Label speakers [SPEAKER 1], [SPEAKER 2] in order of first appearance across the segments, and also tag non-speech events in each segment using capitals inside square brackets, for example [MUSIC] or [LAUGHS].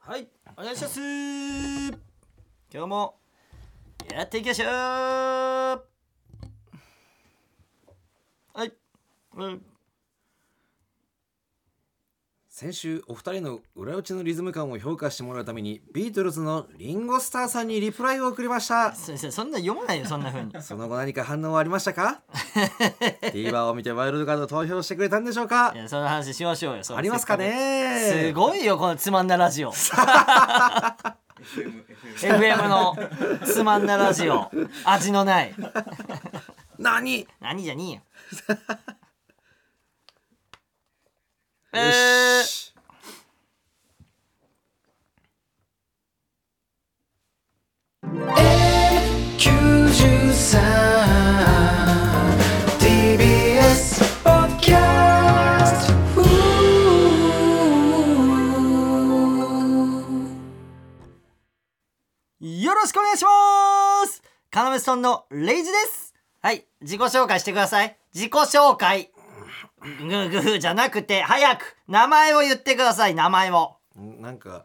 [SPEAKER 1] はいお願いします今日もやっていきましょうはい、うん、
[SPEAKER 2] 先週お二人の裏打ちのリズム感を評価してもらうためにビートルズのリンゴスターさんにリプライを送りました
[SPEAKER 1] 先生そんな読まないよそんな [LAUGHS] 風に
[SPEAKER 2] その後何か反応はありまし
[SPEAKER 1] [LAUGHS]
[SPEAKER 2] たか ?TVer を見てワイルドカード投票してくれたんでしょうか
[SPEAKER 1] いやその話しましょうよその
[SPEAKER 2] ありますかね
[SPEAKER 1] すごいよこのつまんなラ [LAUGHS] ジオ FM のつまんなラジオ味のない
[SPEAKER 2] 何
[SPEAKER 1] 何じゃ [LAUGHS] ねえ
[SPEAKER 2] よ
[SPEAKER 1] よえー
[SPEAKER 2] し
[SPEAKER 1] よろしくお願いしますカナメストーンのレイジですはい、自己紹介してください。自己紹介。グーグーじゃなくて、早く名前を言ってください、名前を。
[SPEAKER 2] んなんか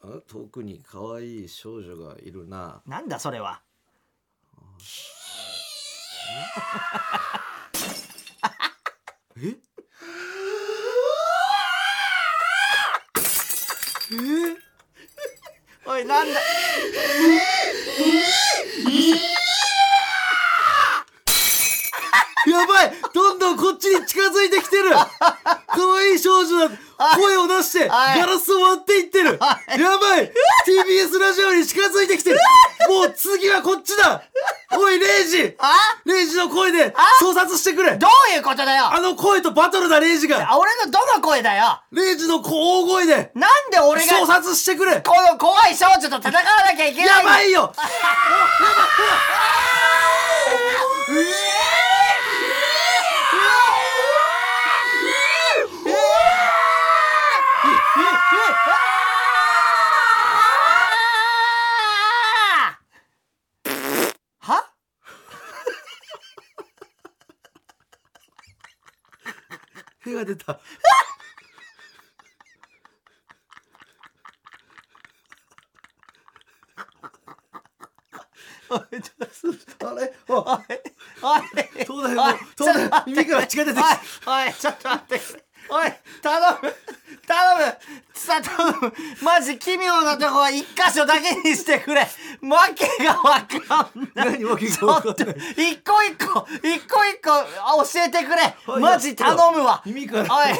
[SPEAKER 2] あ遠くに可愛い少女がいるな
[SPEAKER 1] なんだそれは。
[SPEAKER 2] え
[SPEAKER 1] おい、なんだ。
[SPEAKER 2] やばいどんどんこっちに近づいてきてる可愛い少女だ声を出して
[SPEAKER 1] あい
[SPEAKER 2] ガラスを割っていってるやばい TBS ラジオに近づいてきてるもう次はこっちだおいレイジ
[SPEAKER 1] あ
[SPEAKER 2] レイジの声で創殺してくれ
[SPEAKER 1] どういうことだよ
[SPEAKER 2] あの声とバトルだレイジが
[SPEAKER 1] あ俺のどの声だよ
[SPEAKER 2] レイジの大声で
[SPEAKER 1] なんで俺が
[SPEAKER 2] 創殺してくれや
[SPEAKER 1] この怖い少女と戦わなきゃいけないんだ
[SPEAKER 2] ばいよ
[SPEAKER 1] [LAUGHS] は [LAUGHS]
[SPEAKER 2] 手が出た
[SPEAKER 1] おいちょっと
[SPEAKER 2] あれあ
[SPEAKER 1] お [LAUGHS] い
[SPEAKER 2] 東大
[SPEAKER 1] おい
[SPEAKER 2] も東
[SPEAKER 1] ちょっと
[SPEAKER 2] 大
[SPEAKER 1] 待って
[SPEAKER 2] 耳から血が出てきた
[SPEAKER 1] おいおいちょっと待ってくれおい頼む頼むさ頼むマジ奇妙なとこは一箇所だけにしてくれ訳がわかんない
[SPEAKER 2] 何わけ
[SPEAKER 1] ち
[SPEAKER 2] が
[SPEAKER 1] ょ
[SPEAKER 2] わ
[SPEAKER 1] っ
[SPEAKER 2] か
[SPEAKER 1] と
[SPEAKER 2] んない
[SPEAKER 1] 一個一個一個一個あ教えてくれマジ頼むわ
[SPEAKER 2] 耳から
[SPEAKER 1] おいあ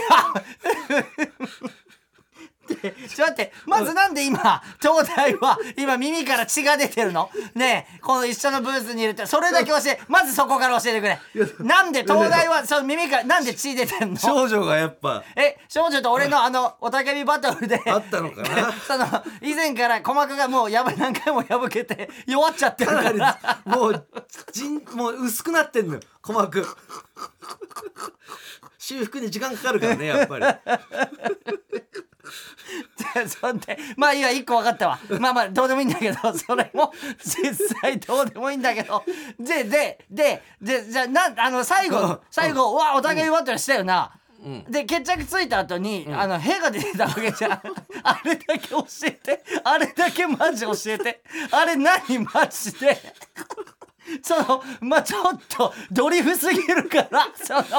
[SPEAKER 1] でちょっと待ってまずなんで今東大は今耳から血が出てるのねえこの一緒のブースにいるってそれだけ教えまずそこから教えてくれなんで東大はその耳からなんで血出てんの
[SPEAKER 2] 少女がやっぱ
[SPEAKER 1] え少女と俺のあのおたけびバトルで
[SPEAKER 2] あったのかな
[SPEAKER 1] [LAUGHS] その以前から鼓膜がもうやばい何回も破けて弱っちゃってるから
[SPEAKER 2] かなりもうじんもう薄くなってんのよ鼓膜修復に時間かかる
[SPEAKER 1] [LAUGHS]
[SPEAKER 2] からねやっぱり
[SPEAKER 1] そんでまあいいや一個分かったわまあまあどうでもいいんだけど [LAUGHS] それも実際どうでもいいんだけどででででじゃあなんあの最
[SPEAKER 2] うん
[SPEAKER 1] 後最後うわお互いバトルしたよな、で決着ついた後に、あの屁が出てたわけじゃん [LAUGHS] あれだけ教えてあれだけマジ教えてあれ何マジでそのまあちょっとドリフすぎるからそのち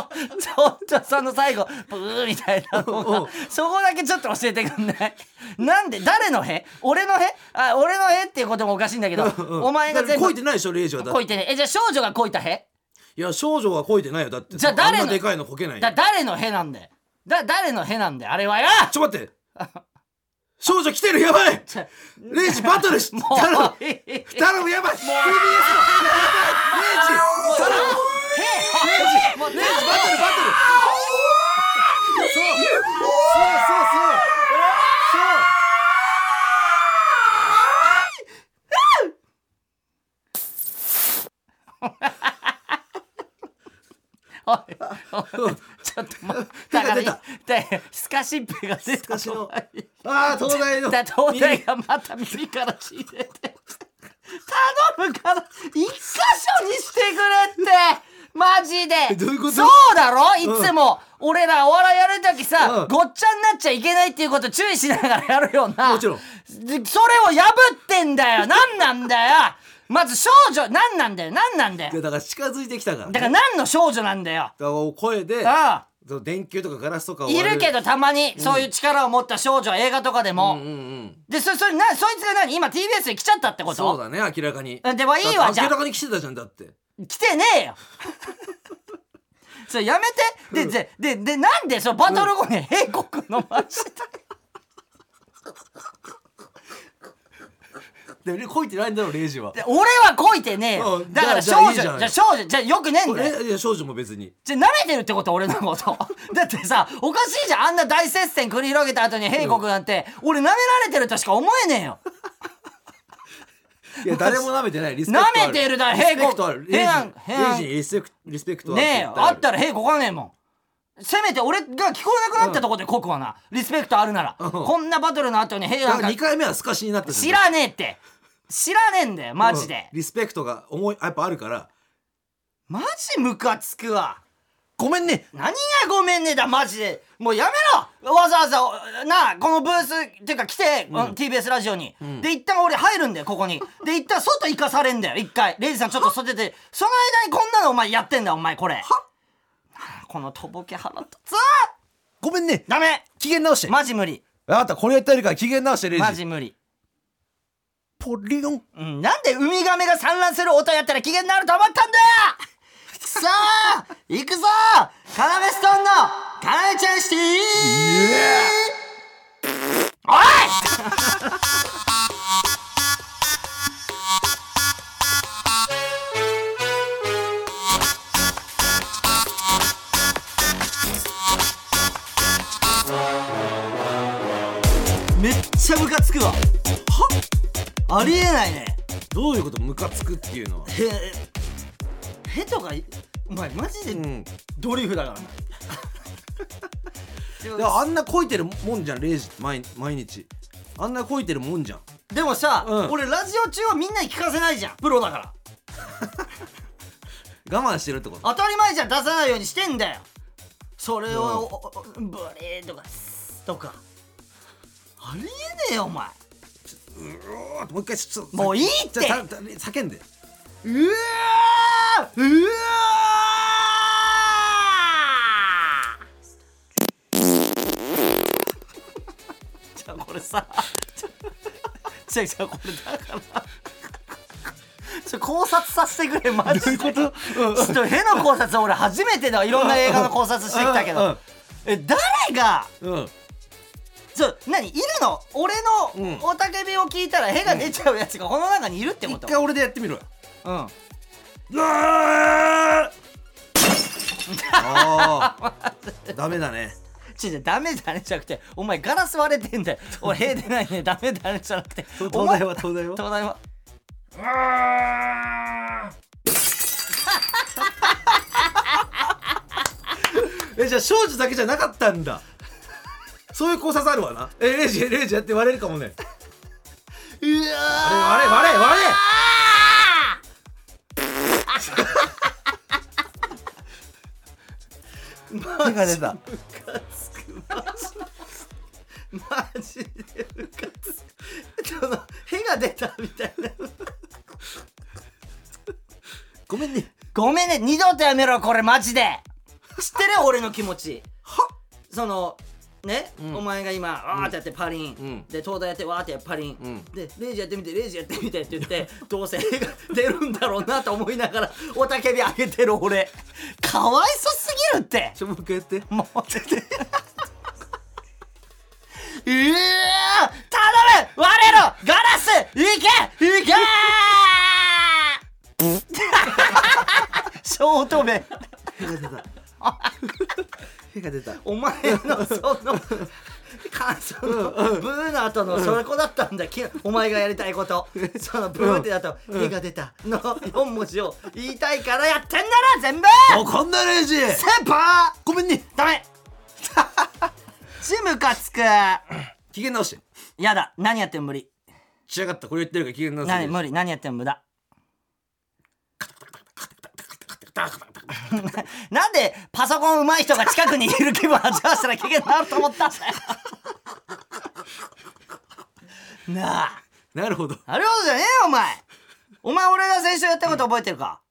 [SPEAKER 1] ょっとその最後ブーみたいなの
[SPEAKER 2] お
[SPEAKER 1] が
[SPEAKER 2] う
[SPEAKER 1] そこだけちょっと教えてくんないなんで誰のへ俺のへあ俺のへっていうこともおかしいんだけどお前が全部
[SPEAKER 2] こいてないでしょレイジはだっ
[SPEAKER 1] こ
[SPEAKER 2] て
[SPEAKER 1] いてねえじゃあ少女がこいたへ
[SPEAKER 2] いや少女はこいてないよだって
[SPEAKER 1] じゃあ誰の
[SPEAKER 2] んなでかいのこけないよ
[SPEAKER 1] だ誰のへなんだよだ誰のへなんだよあれはよ
[SPEAKER 2] ちょ待って少女来てるやばい
[SPEAKER 1] ちょ
[SPEAKER 2] レイジバトルし
[SPEAKER 1] も
[SPEAKER 2] 頼む
[SPEAKER 1] ういい
[SPEAKER 2] 頼むやばい TBS のやばいレイジ頼む
[SPEAKER 1] もうね
[SPEAKER 2] バトルバトルそうそうそうそうそう
[SPEAKER 1] おいおいちょっと待ってだから
[SPEAKER 2] 出た
[SPEAKER 1] でスカシップが出た
[SPEAKER 2] 昔のああ東大の
[SPEAKER 1] だ東大がまた耳から血出て頼むから一箇所にしてくれってマジで
[SPEAKER 2] えどういうこと
[SPEAKER 1] そうだろいつも、俺らお笑いやるときさ、
[SPEAKER 2] うん
[SPEAKER 1] ごっちゃになっちゃいけないっていうこと注意しながらやるよな
[SPEAKER 2] もちろん
[SPEAKER 1] でそれを破ってんだよ何なんだよまず少女何なんだよ何なんだよ
[SPEAKER 2] いやだから近づいてきたからね、
[SPEAKER 1] だから
[SPEAKER 2] だか
[SPEAKER 1] 何の少女なんだよ
[SPEAKER 2] ら声で
[SPEAKER 1] あ
[SPEAKER 2] その電球とかガラスとか
[SPEAKER 1] あ
[SPEAKER 2] を
[SPEAKER 1] い
[SPEAKER 2] 割
[SPEAKER 1] るけどたまにそういう力を持った少女は映画とかでも、
[SPEAKER 2] うんうんうん
[SPEAKER 1] でそそれなそいつが何今 TBS に来ちゃったってこと
[SPEAKER 2] そうだね明らかに
[SPEAKER 1] うんでもいいわ
[SPEAKER 2] だって
[SPEAKER 1] じゃあ
[SPEAKER 2] 明らかに来てたじゃんだって
[SPEAKER 1] 来てねえよ [LAUGHS] それやめてででででなんでそのバトル後に平国のマジで
[SPEAKER 2] でね来いってないんだろ0時は
[SPEAKER 1] で俺はこいてねえよ
[SPEAKER 2] うん
[SPEAKER 1] だから
[SPEAKER 2] じ
[SPEAKER 1] 少
[SPEAKER 2] ゃあ
[SPEAKER 1] 女
[SPEAKER 2] じ
[SPEAKER 1] じ
[SPEAKER 2] ゃ
[SPEAKER 1] ゃ
[SPEAKER 2] あ
[SPEAKER 1] あ少女じゃあよくねえんだよ
[SPEAKER 2] えいや少女も別に
[SPEAKER 1] じゃあ舐めてるってこと俺のこと [LAUGHS] だってさおかしいじゃんあんな大接戦繰り広げた後に平国なんて、俺舐められてるとしか思えねえよ [LAUGHS]
[SPEAKER 2] いや誰も舐めてないリスペクトある
[SPEAKER 1] 舐めてるだろ平
[SPEAKER 2] リスペクトあ
[SPEAKER 1] 国
[SPEAKER 2] る
[SPEAKER 1] 平安
[SPEAKER 2] レ
[SPEAKER 1] 平
[SPEAKER 2] イジ
[SPEAKER 1] 安
[SPEAKER 2] にリスペクトリスペクトは
[SPEAKER 1] ねえ
[SPEAKER 2] 絶対
[SPEAKER 1] あったら平国はねえもんせめて俺が聞こえなくなったとこで国はな、リスペクトあるなら、
[SPEAKER 2] うん
[SPEAKER 1] こんなバトルの後に平
[SPEAKER 2] だ
[SPEAKER 1] 安
[SPEAKER 2] から
[SPEAKER 1] が
[SPEAKER 2] 2回目は透かしになったじゃん
[SPEAKER 1] 知らねえって知らねえんだよマジで
[SPEAKER 2] う、んリスペクトが重いやっぱあるから
[SPEAKER 1] マジムカつくわ
[SPEAKER 2] ごめんね
[SPEAKER 1] 何がごめんねだマジでもうやめろわざわざなあこのブースっていうか来て、この TBS ラジオに、
[SPEAKER 2] ん
[SPEAKER 1] で一旦俺入るんだよここにで一旦外行かされんだよ一回レイジさんちょっと外出てその間にこんなのお前やってんだお前これこのとぼけ腹立つわ
[SPEAKER 2] ごめんね
[SPEAKER 1] ダメ
[SPEAKER 2] 機嫌直して
[SPEAKER 1] マジ無理
[SPEAKER 2] あなたこれやってるから機嫌直してレイジ
[SPEAKER 1] マジ無理
[SPEAKER 2] ポリゴン
[SPEAKER 1] うん、なんでウミガメが産卵する音やったら機嫌になると思ったんだよくそー行くぞーカナメストーンのカナメちゃんシティおいめっちゃムカつくわありえないね
[SPEAKER 2] どういうことムカつくっていうのは
[SPEAKER 1] へへとかいお前マジ
[SPEAKER 2] う
[SPEAKER 1] で
[SPEAKER 2] ん
[SPEAKER 1] ドリフだからな、で
[SPEAKER 2] で
[SPEAKER 1] も
[SPEAKER 2] もあんなこいてるもんじゃんレイジって毎毎日あんなこいてるもんじゃん
[SPEAKER 1] でもさ、
[SPEAKER 2] うん
[SPEAKER 1] 俺ラジオ中はみんなに聞かせないじゃんプロだから
[SPEAKER 2] 我慢してるってこと
[SPEAKER 1] 当たり前じゃん出さないようにしてんだよそれを、おおブレーとかスとかありえねえよお前
[SPEAKER 2] うわーもう一回ちょっと
[SPEAKER 1] もういいって
[SPEAKER 2] ちょとたた叫んで
[SPEAKER 1] うわーうわーじゃあこれさじゃあじゃあこれだからちょ考察させてくれマジでちょっとへの考察俺初めてだわいろんな映画の考察してきたけ
[SPEAKER 2] うんうん
[SPEAKER 1] どえ誰が
[SPEAKER 2] うん
[SPEAKER 1] ちょ何いるの俺
[SPEAKER 2] うん
[SPEAKER 1] の雄たけびを聞いたらへが出ちゃうやつがこの中にいるってこ
[SPEAKER 2] 一
[SPEAKER 1] と
[SPEAKER 2] 回俺でやってみろよ
[SPEAKER 1] うん
[SPEAKER 2] うわーあーダメだね
[SPEAKER 1] ちょちょダメだねじゃなくてお前ガラス割れてんだよ俺塀出ないねダメだねじゃなくて
[SPEAKER 2] 東
[SPEAKER 1] お前
[SPEAKER 2] 大は東大は
[SPEAKER 1] 東大は
[SPEAKER 2] えじゃあ庄司だけじゃなかったんだそういう考察あるわなえレイジレイジやって割れるかもね
[SPEAKER 1] うわ
[SPEAKER 2] 割れ割れ割れ割れ手が出た
[SPEAKER 1] マジでムカつくちょっと屁が出たみたいな
[SPEAKER 2] ごめんね
[SPEAKER 1] ごめんね二度とやめろこれマジ
[SPEAKER 2] [LAUGHS]
[SPEAKER 1] で知ってるよ俺の気持ち
[SPEAKER 2] は
[SPEAKER 1] そのね、
[SPEAKER 2] ん
[SPEAKER 1] お前が今わーってやってパリン、
[SPEAKER 2] うん
[SPEAKER 1] で東大やってわーってやってパリン、
[SPEAKER 2] うん
[SPEAKER 1] でレイジやってみてレイジやってみてって言って
[SPEAKER 2] [LAUGHS]
[SPEAKER 1] どうせ映画出るんだろうなと思いながら雄たけび上げてる俺かわいそすぎるって
[SPEAKER 2] ちょもう一回やって
[SPEAKER 1] も [LAUGHS] う出てうわー頼む割れろガラスいけいけーショート目
[SPEAKER 2] 手が出た手が出た
[SPEAKER 1] お前のその感想のブーの後のそれこだったんだきお前がやりたいことそのブーってだと「絵が出た」の4文字を言いたいからやってんだろ全部
[SPEAKER 2] わかんないレイジ
[SPEAKER 1] 先輩
[SPEAKER 2] ごめんね
[SPEAKER 1] ダメジムカつく
[SPEAKER 2] 機嫌直して
[SPEAKER 1] やだ何やっても無理
[SPEAKER 2] 仕上がったこれ言ってるから機嫌直して
[SPEAKER 1] 何無理何やっても無駄 [LAUGHS] なんでパソコン上手い人が近くにいる気分味わわせなきゃいけないなると思ったんだよ。 [LAUGHS] なあ、
[SPEAKER 2] なるほど
[SPEAKER 1] なるほどじゃねえよ、お前。お前、俺が先週やったこと覚えてるか。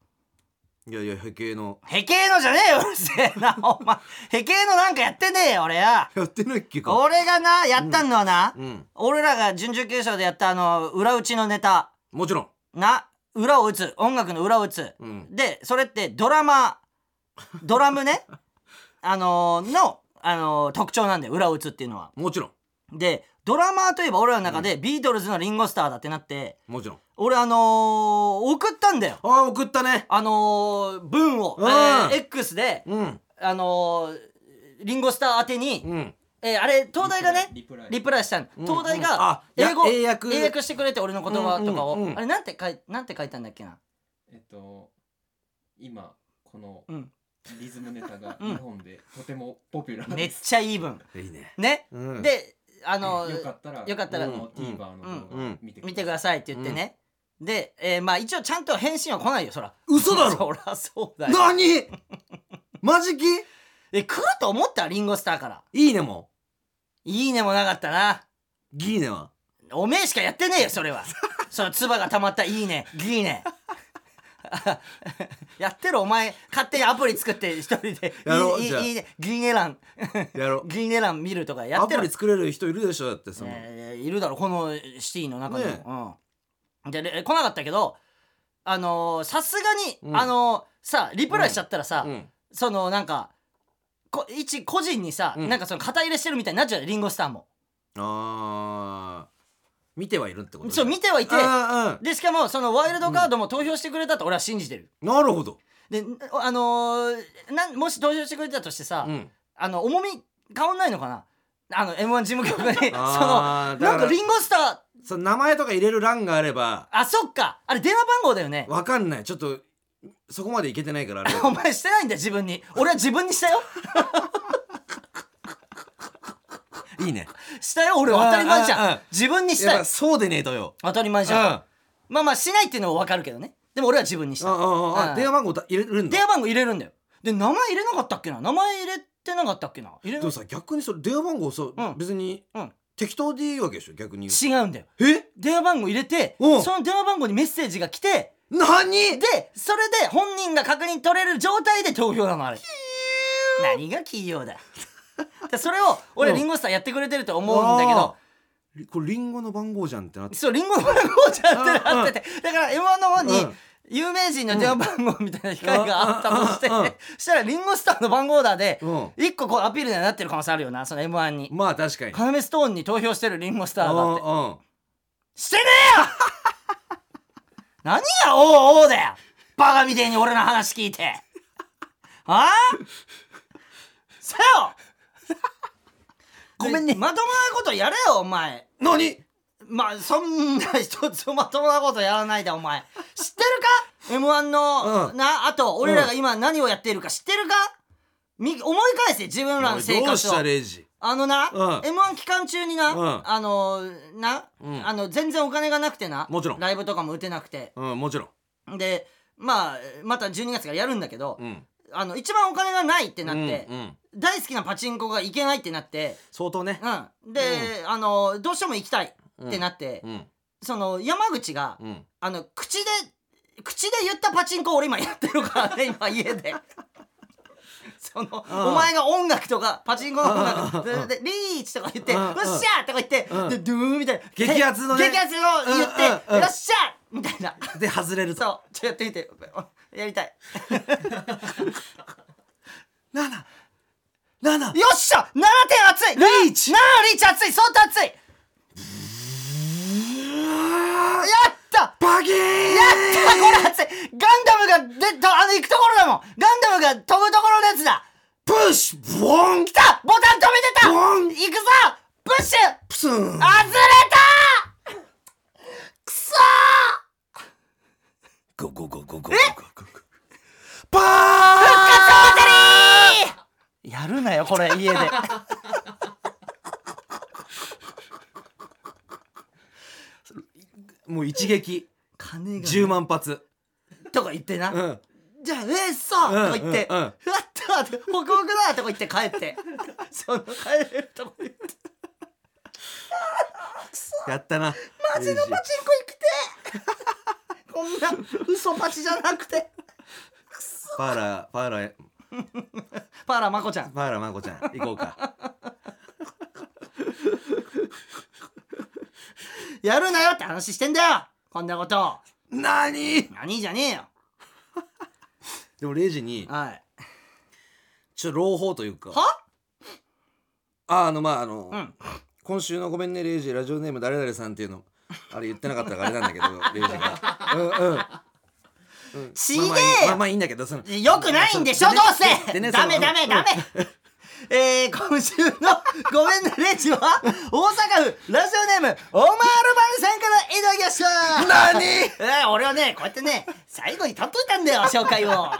[SPEAKER 2] いやいや波形の
[SPEAKER 1] へけのじゃねえよ、うるせえな、お前。へけのなんかやってねえよ、俺や。
[SPEAKER 2] やってないっけか
[SPEAKER 1] 俺がな、やったのはな、
[SPEAKER 2] うん
[SPEAKER 1] 俺らが準々決勝でやったあの、裏打ちのネタ。
[SPEAKER 2] もちろん
[SPEAKER 1] な裏を打つ音楽の裏を打つ、
[SPEAKER 2] うん
[SPEAKER 1] でそれってドラマドラム
[SPEAKER 2] [LAUGHS]
[SPEAKER 1] ねあのーの、あのー特徴なんだよ裏を打つっていうのは
[SPEAKER 2] もちろん
[SPEAKER 1] でドラマーといえば俺らの中で、ビートルズのリンゴスターだってなって
[SPEAKER 2] もちろん
[SPEAKER 1] 俺あのー送ったんだよ
[SPEAKER 2] ああ送ったね
[SPEAKER 1] あのー文を、
[SPEAKER 2] うん
[SPEAKER 1] えー X で
[SPEAKER 2] うん
[SPEAKER 1] あのーリンゴスター宛てに、
[SPEAKER 2] うん
[SPEAKER 1] えーあれ東大がね
[SPEAKER 3] リプライ
[SPEAKER 1] リプライしたの
[SPEAKER 2] うん
[SPEAKER 1] 東大
[SPEAKER 2] うんあ
[SPEAKER 1] が
[SPEAKER 2] いや
[SPEAKER 1] 英語
[SPEAKER 2] 英訳
[SPEAKER 1] 英訳してくれて俺の言葉とかを、
[SPEAKER 2] うんうんうん
[SPEAKER 1] あれなんて書いなんて書いたんだっけな
[SPEAKER 3] えっと今この
[SPEAKER 1] うん
[SPEAKER 3] リズムネタが
[SPEAKER 1] うん
[SPEAKER 3] 日本でとてもポピュラー
[SPEAKER 1] め
[SPEAKER 3] で
[SPEAKER 1] っ
[SPEAKER 3] す。
[SPEAKER 1] ちゃいい文
[SPEAKER 2] いいね
[SPEAKER 1] ね、
[SPEAKER 2] うん
[SPEAKER 1] であの
[SPEAKER 3] よかったら
[SPEAKER 1] よかったら
[SPEAKER 3] あの
[SPEAKER 2] うん
[SPEAKER 3] TVer の動
[SPEAKER 2] う
[SPEAKER 3] 画
[SPEAKER 2] ん
[SPEAKER 3] 見て
[SPEAKER 1] 見てく
[SPEAKER 3] さ
[SPEAKER 1] ださいって言ってね、で、えーまあ一応ちゃんと返信は来ないよそら
[SPEAKER 2] 嘘だ
[SPEAKER 1] [LAUGHS]
[SPEAKER 2] ろ
[SPEAKER 1] そらそうだよ
[SPEAKER 2] 何マジキ
[SPEAKER 1] え来ると思ったリンゴスターから
[SPEAKER 2] いいねも
[SPEAKER 1] いいねもなかったな
[SPEAKER 2] ギーネは
[SPEAKER 1] おめえしかやってねえよそ
[SPEAKER 2] [LAUGHS]
[SPEAKER 1] れはその唾が溜まったいいねいいね [LAUGHS] やってるお前勝手にアプリ作って一人で
[SPEAKER 2] やろう
[SPEAKER 1] いい
[SPEAKER 2] じゃあ
[SPEAKER 1] いいねギーネ欄
[SPEAKER 2] やろ
[SPEAKER 1] ギーネ欄見るとか [LAUGHS] や
[SPEAKER 2] ア
[SPEAKER 1] って
[SPEAKER 2] プ
[SPEAKER 1] る
[SPEAKER 2] リ作れる人いるでしょだってその
[SPEAKER 1] えーいるだろこのシティの中でも、
[SPEAKER 2] ね
[SPEAKER 1] うん、でれ来なかったけどあのーさすがに、
[SPEAKER 2] うん
[SPEAKER 1] あのーさリプライしちゃったらさ、
[SPEAKER 2] うん
[SPEAKER 1] そのなんかこ一個人にさ、
[SPEAKER 2] うん
[SPEAKER 1] なんかその肩入れしてるみたいになっちゃうよリンゴスターも
[SPEAKER 2] あー見てはいるってこと
[SPEAKER 1] そう見てはいて
[SPEAKER 2] あー
[SPEAKER 1] でしかもそのワイルドカードも投票してくれたと俺は信じてる、
[SPEAKER 2] うんなるほど
[SPEAKER 1] であのーなんもし投票してくれたとしてさ、
[SPEAKER 2] うん
[SPEAKER 1] あの重み変わんないのかなあの m 1事務局に [LAUGHS] [LAUGHS] その
[SPEAKER 2] あ
[SPEAKER 1] なん
[SPEAKER 2] ーだから
[SPEAKER 1] かリンゴスター
[SPEAKER 2] その名前とか入れる欄があれば
[SPEAKER 1] あそっかあれ電話番号だよね
[SPEAKER 2] わかんないちょっとそこまでいけてないからあれ
[SPEAKER 1] [LAUGHS] お前してないんだよ自分に俺は自分にしたよ
[SPEAKER 2] いいね
[SPEAKER 1] したよ俺は当たり前じ
[SPEAKER 2] うん
[SPEAKER 1] ゃ
[SPEAKER 2] うん
[SPEAKER 1] ん
[SPEAKER 2] うん
[SPEAKER 1] 自分にし
[SPEAKER 2] や
[SPEAKER 1] た
[SPEAKER 2] っ
[SPEAKER 1] よ
[SPEAKER 2] ぱそうでねえとよ
[SPEAKER 1] 当たり前じゃん、まあまあしないっていうのは分かるけどねでも俺は自分にし
[SPEAKER 2] ああ
[SPEAKER 1] た
[SPEAKER 2] あ
[SPEAKER 1] うん
[SPEAKER 2] あ電話番号だ入れるんだ
[SPEAKER 1] 電話番号入れるんだよで名前入れなかったっけな名前入れてなかったっけな入れ
[SPEAKER 2] で
[SPEAKER 1] な
[SPEAKER 2] もさ逆にそれ電話番号さ、
[SPEAKER 1] うん
[SPEAKER 2] 別に
[SPEAKER 1] うん
[SPEAKER 2] 適当でいいわけでしょ逆に言
[SPEAKER 1] 違うんだよ
[SPEAKER 2] うえ
[SPEAKER 1] 電話番号入れてそ
[SPEAKER 2] うん
[SPEAKER 1] の電話番号にメッセージが来て
[SPEAKER 2] 何
[SPEAKER 1] でそれで本人が確認取れる状態で投票なのあれ何が企業だでそれを俺
[SPEAKER 2] うん
[SPEAKER 1] リンゴスターやってくれてると思うんだけど
[SPEAKER 2] どこれリンゴの番号じゃんってなって
[SPEAKER 1] そう、リンゴの番号じゃんってなってて、だから M1 の方
[SPEAKER 2] う
[SPEAKER 1] に
[SPEAKER 2] ん、
[SPEAKER 1] 有名人の電話番号みたいな機械があったとして、
[SPEAKER 2] うんうんうんうん
[SPEAKER 1] したらリンゴスターの番号だで、
[SPEAKER 2] うん
[SPEAKER 1] 一個こうアピールにはなってる可能性あるよな、その M1 に。
[SPEAKER 2] まあ確かに
[SPEAKER 1] カナメストーンに投票してるリンゴスターだって。
[SPEAKER 2] うんうん
[SPEAKER 1] してねえよ [LAUGHS] 何がおうおうだよバカみてえに俺の話聞いて。あ [LAUGHS] あせよ
[SPEAKER 2] ごめんね
[SPEAKER 1] まともなことやれよ、お前。
[SPEAKER 2] 何
[SPEAKER 1] まあそんな一つまともなことやらないでお
[SPEAKER 2] [LAUGHS]
[SPEAKER 1] 前知ってるか m 1の、
[SPEAKER 2] うん
[SPEAKER 1] なあと俺らが今何をやっているか知ってるかみ思い返せ自分らの生
[SPEAKER 2] どうし
[SPEAKER 1] 活を
[SPEAKER 2] たレイジ
[SPEAKER 1] あのな、
[SPEAKER 2] うん
[SPEAKER 1] m 1期間中にな、
[SPEAKER 2] うん
[SPEAKER 1] あのな、
[SPEAKER 2] うん
[SPEAKER 1] あの全然お金がなくてな
[SPEAKER 2] もちろん
[SPEAKER 1] ライブとかも打てなくて
[SPEAKER 2] うんもちろん
[SPEAKER 1] でまあまた12月からやるんだけど、
[SPEAKER 2] うん
[SPEAKER 1] あの一番お金がないってなって、
[SPEAKER 2] うんうん
[SPEAKER 1] 大好きなパチンコが行けないってなって、
[SPEAKER 2] 相当ね
[SPEAKER 1] うん、で、あのどうしても行きたいってなって、
[SPEAKER 2] うん
[SPEAKER 1] その山口が、
[SPEAKER 2] うん
[SPEAKER 1] あの口で口で言ったパチンコを俺今やってるから
[SPEAKER 2] [LAUGHS]
[SPEAKER 1] ね今家で。その
[SPEAKER 2] ああ
[SPEAKER 1] お前が音楽とかパチンコの音楽
[SPEAKER 2] ああ
[SPEAKER 1] ででリーチとか言って「
[SPEAKER 2] あ
[SPEAKER 1] よ
[SPEAKER 2] あ
[SPEAKER 1] っしゃ!」とか言って
[SPEAKER 2] ああ
[SPEAKER 1] でドゥーンみたいな
[SPEAKER 2] 激アツのね
[SPEAKER 1] 激アツの言って
[SPEAKER 2] ああ
[SPEAKER 1] 「
[SPEAKER 2] ああ
[SPEAKER 1] よっしゃ!」みたいな
[SPEAKER 2] で外れると
[SPEAKER 1] そうちょっとやってみておやりたい「
[SPEAKER 2] 七七
[SPEAKER 1] よっしゃ !7 点熱いリーチ !7 リーチ熱い相当熱いやった
[SPEAKER 2] バゲー
[SPEAKER 1] やったこれ熱いガンダムがでとあの行くところだもんガンダムが飛ぶところのやつだ
[SPEAKER 2] プッシュブオン
[SPEAKER 1] 来たボタン
[SPEAKER 2] ブ
[SPEAKER 1] 止
[SPEAKER 2] オ
[SPEAKER 1] め
[SPEAKER 2] ン
[SPEAKER 1] てた行くぞプッシュ
[SPEAKER 2] プスン
[SPEAKER 1] 外れたくそ
[SPEAKER 2] ゴゴゴゴゴゴゴゴバー
[SPEAKER 1] ーやるなよこれ
[SPEAKER 2] [LAUGHS]
[SPEAKER 1] 家で
[SPEAKER 2] もう一撃
[SPEAKER 1] 金が
[SPEAKER 2] 10万発
[SPEAKER 1] とか言ってな、
[SPEAKER 2] うん
[SPEAKER 1] でじゃあ、えっそうとか言って、
[SPEAKER 2] うんうんうん
[SPEAKER 1] ふわっとって、ホクホクだとか言って帰って、その帰れるとこに、
[SPEAKER 2] やったな
[SPEAKER 1] マジのパチンコ行くてこんな嘘パチじゃなくて。
[SPEAKER 2] パーラパーラ
[SPEAKER 1] パーラマコちゃん。
[SPEAKER 2] パーラマコちゃん行こうか
[SPEAKER 1] やるなよって話してんだよこんなこと。
[SPEAKER 2] 何
[SPEAKER 1] 何じゃねえよ。
[SPEAKER 2] でもレイジに
[SPEAKER 1] はい。
[SPEAKER 2] ちょっと朗報というか
[SPEAKER 1] は
[SPEAKER 2] ああのまああの、
[SPEAKER 1] うん
[SPEAKER 2] 今週の「ごめんねレイジラジオネーム誰々さん」っていうのあれ言ってなかったからあれなんだけどレイジがうんうんうん
[SPEAKER 1] ちげえよ
[SPEAKER 2] まあまあいいまあまあいいんだけどその
[SPEAKER 1] よくないんでしょどうせ、
[SPEAKER 2] でね
[SPEAKER 1] ダメ
[SPEAKER 2] その
[SPEAKER 1] ダメダメえー、今週の「ごめんねレジ」は大阪府ラジオネームオマールバルさんからいただきました
[SPEAKER 2] 何
[SPEAKER 1] えー俺はねこうやってね最後に立っといたんだ
[SPEAKER 2] [LAUGHS]
[SPEAKER 1] よ紹介を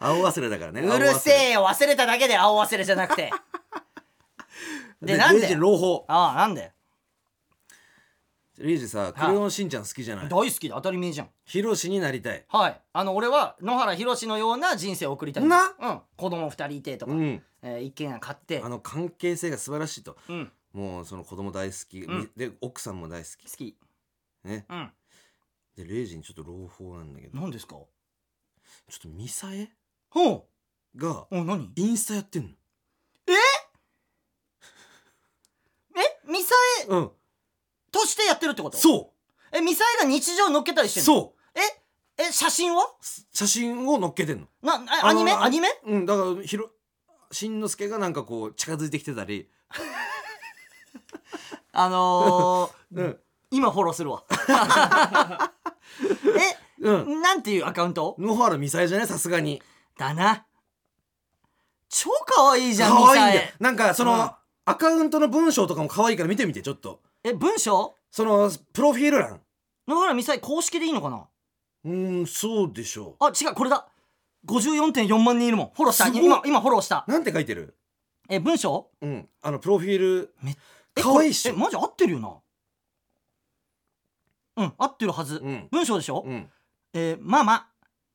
[SPEAKER 2] 青忘れだからね
[SPEAKER 1] うるせえよ忘れただけで青忘れじゃなくて
[SPEAKER 2] で
[SPEAKER 1] でなんで
[SPEAKER 2] レイジ朗報
[SPEAKER 1] ああなんだよ
[SPEAKER 2] レイジさ「クレヨンしんちゃん」好きじゃない
[SPEAKER 1] 大好きで当たり前じゃん
[SPEAKER 2] ヒロシになりたい
[SPEAKER 1] はいあの俺は野原ひろしのような人生を送りたいんだようん、子供二人いてとか、
[SPEAKER 2] うん
[SPEAKER 1] えー一軒家買って
[SPEAKER 2] あの関係性が素晴らしいと
[SPEAKER 1] うん
[SPEAKER 2] もうその子供大好き、
[SPEAKER 1] うん
[SPEAKER 2] で奥さんも大好き
[SPEAKER 1] 好き
[SPEAKER 2] ね
[SPEAKER 1] うん
[SPEAKER 2] でレイジにちょっと朗報なんだけど
[SPEAKER 1] 何ですか
[SPEAKER 2] ちょっとミサエ
[SPEAKER 1] ほう
[SPEAKER 2] が
[SPEAKER 1] お何
[SPEAKER 2] インスタやってんの
[SPEAKER 1] えミサエ
[SPEAKER 2] うん
[SPEAKER 1] としてやってるってことう
[SPEAKER 2] そ
[SPEAKER 1] えミサエが日常乗っけたりし
[SPEAKER 2] う
[SPEAKER 1] てんの
[SPEAKER 2] そう
[SPEAKER 1] ええ写真は
[SPEAKER 2] 写真を載っけてんの
[SPEAKER 1] なあ
[SPEAKER 2] あ
[SPEAKER 1] アニ
[SPEAKER 2] の
[SPEAKER 1] メ
[SPEAKER 2] あ
[SPEAKER 1] アニメ
[SPEAKER 2] うんだからひろしんのすけがなんかこう近づいてきてたり
[SPEAKER 1] あのー
[SPEAKER 2] [LAUGHS] うん
[SPEAKER 1] 今フォローするわ
[SPEAKER 2] う
[SPEAKER 1] [LAUGHS]
[SPEAKER 2] ん
[SPEAKER 1] えなんていうアカウント
[SPEAKER 2] 野原ミサイじゃないさすがに
[SPEAKER 1] だな超可愛いじゃん
[SPEAKER 2] 可
[SPEAKER 1] ミ
[SPEAKER 2] 愛いん
[SPEAKER 1] サ
[SPEAKER 2] だよ
[SPEAKER 1] エ
[SPEAKER 2] なんかその、
[SPEAKER 1] うん
[SPEAKER 2] アカウントの文章とかも可愛いから見てみてちょっと
[SPEAKER 1] え文章
[SPEAKER 2] そのプロフィール欄
[SPEAKER 1] 野原ミサエ公式でいいのかな
[SPEAKER 2] うーんそうでしょ
[SPEAKER 1] あ違うこれだ54.4万人いるもんフォローした
[SPEAKER 2] すごい
[SPEAKER 1] 今今フォローした
[SPEAKER 2] うなんて書いてる
[SPEAKER 1] え文章
[SPEAKER 2] うんあのプロフィール
[SPEAKER 1] めえ
[SPEAKER 2] 可愛いっしょ
[SPEAKER 1] これえマジ合ってるよなうん合ってるはず、
[SPEAKER 2] うん
[SPEAKER 1] 文章でしょ、
[SPEAKER 2] うん
[SPEAKER 1] えーママ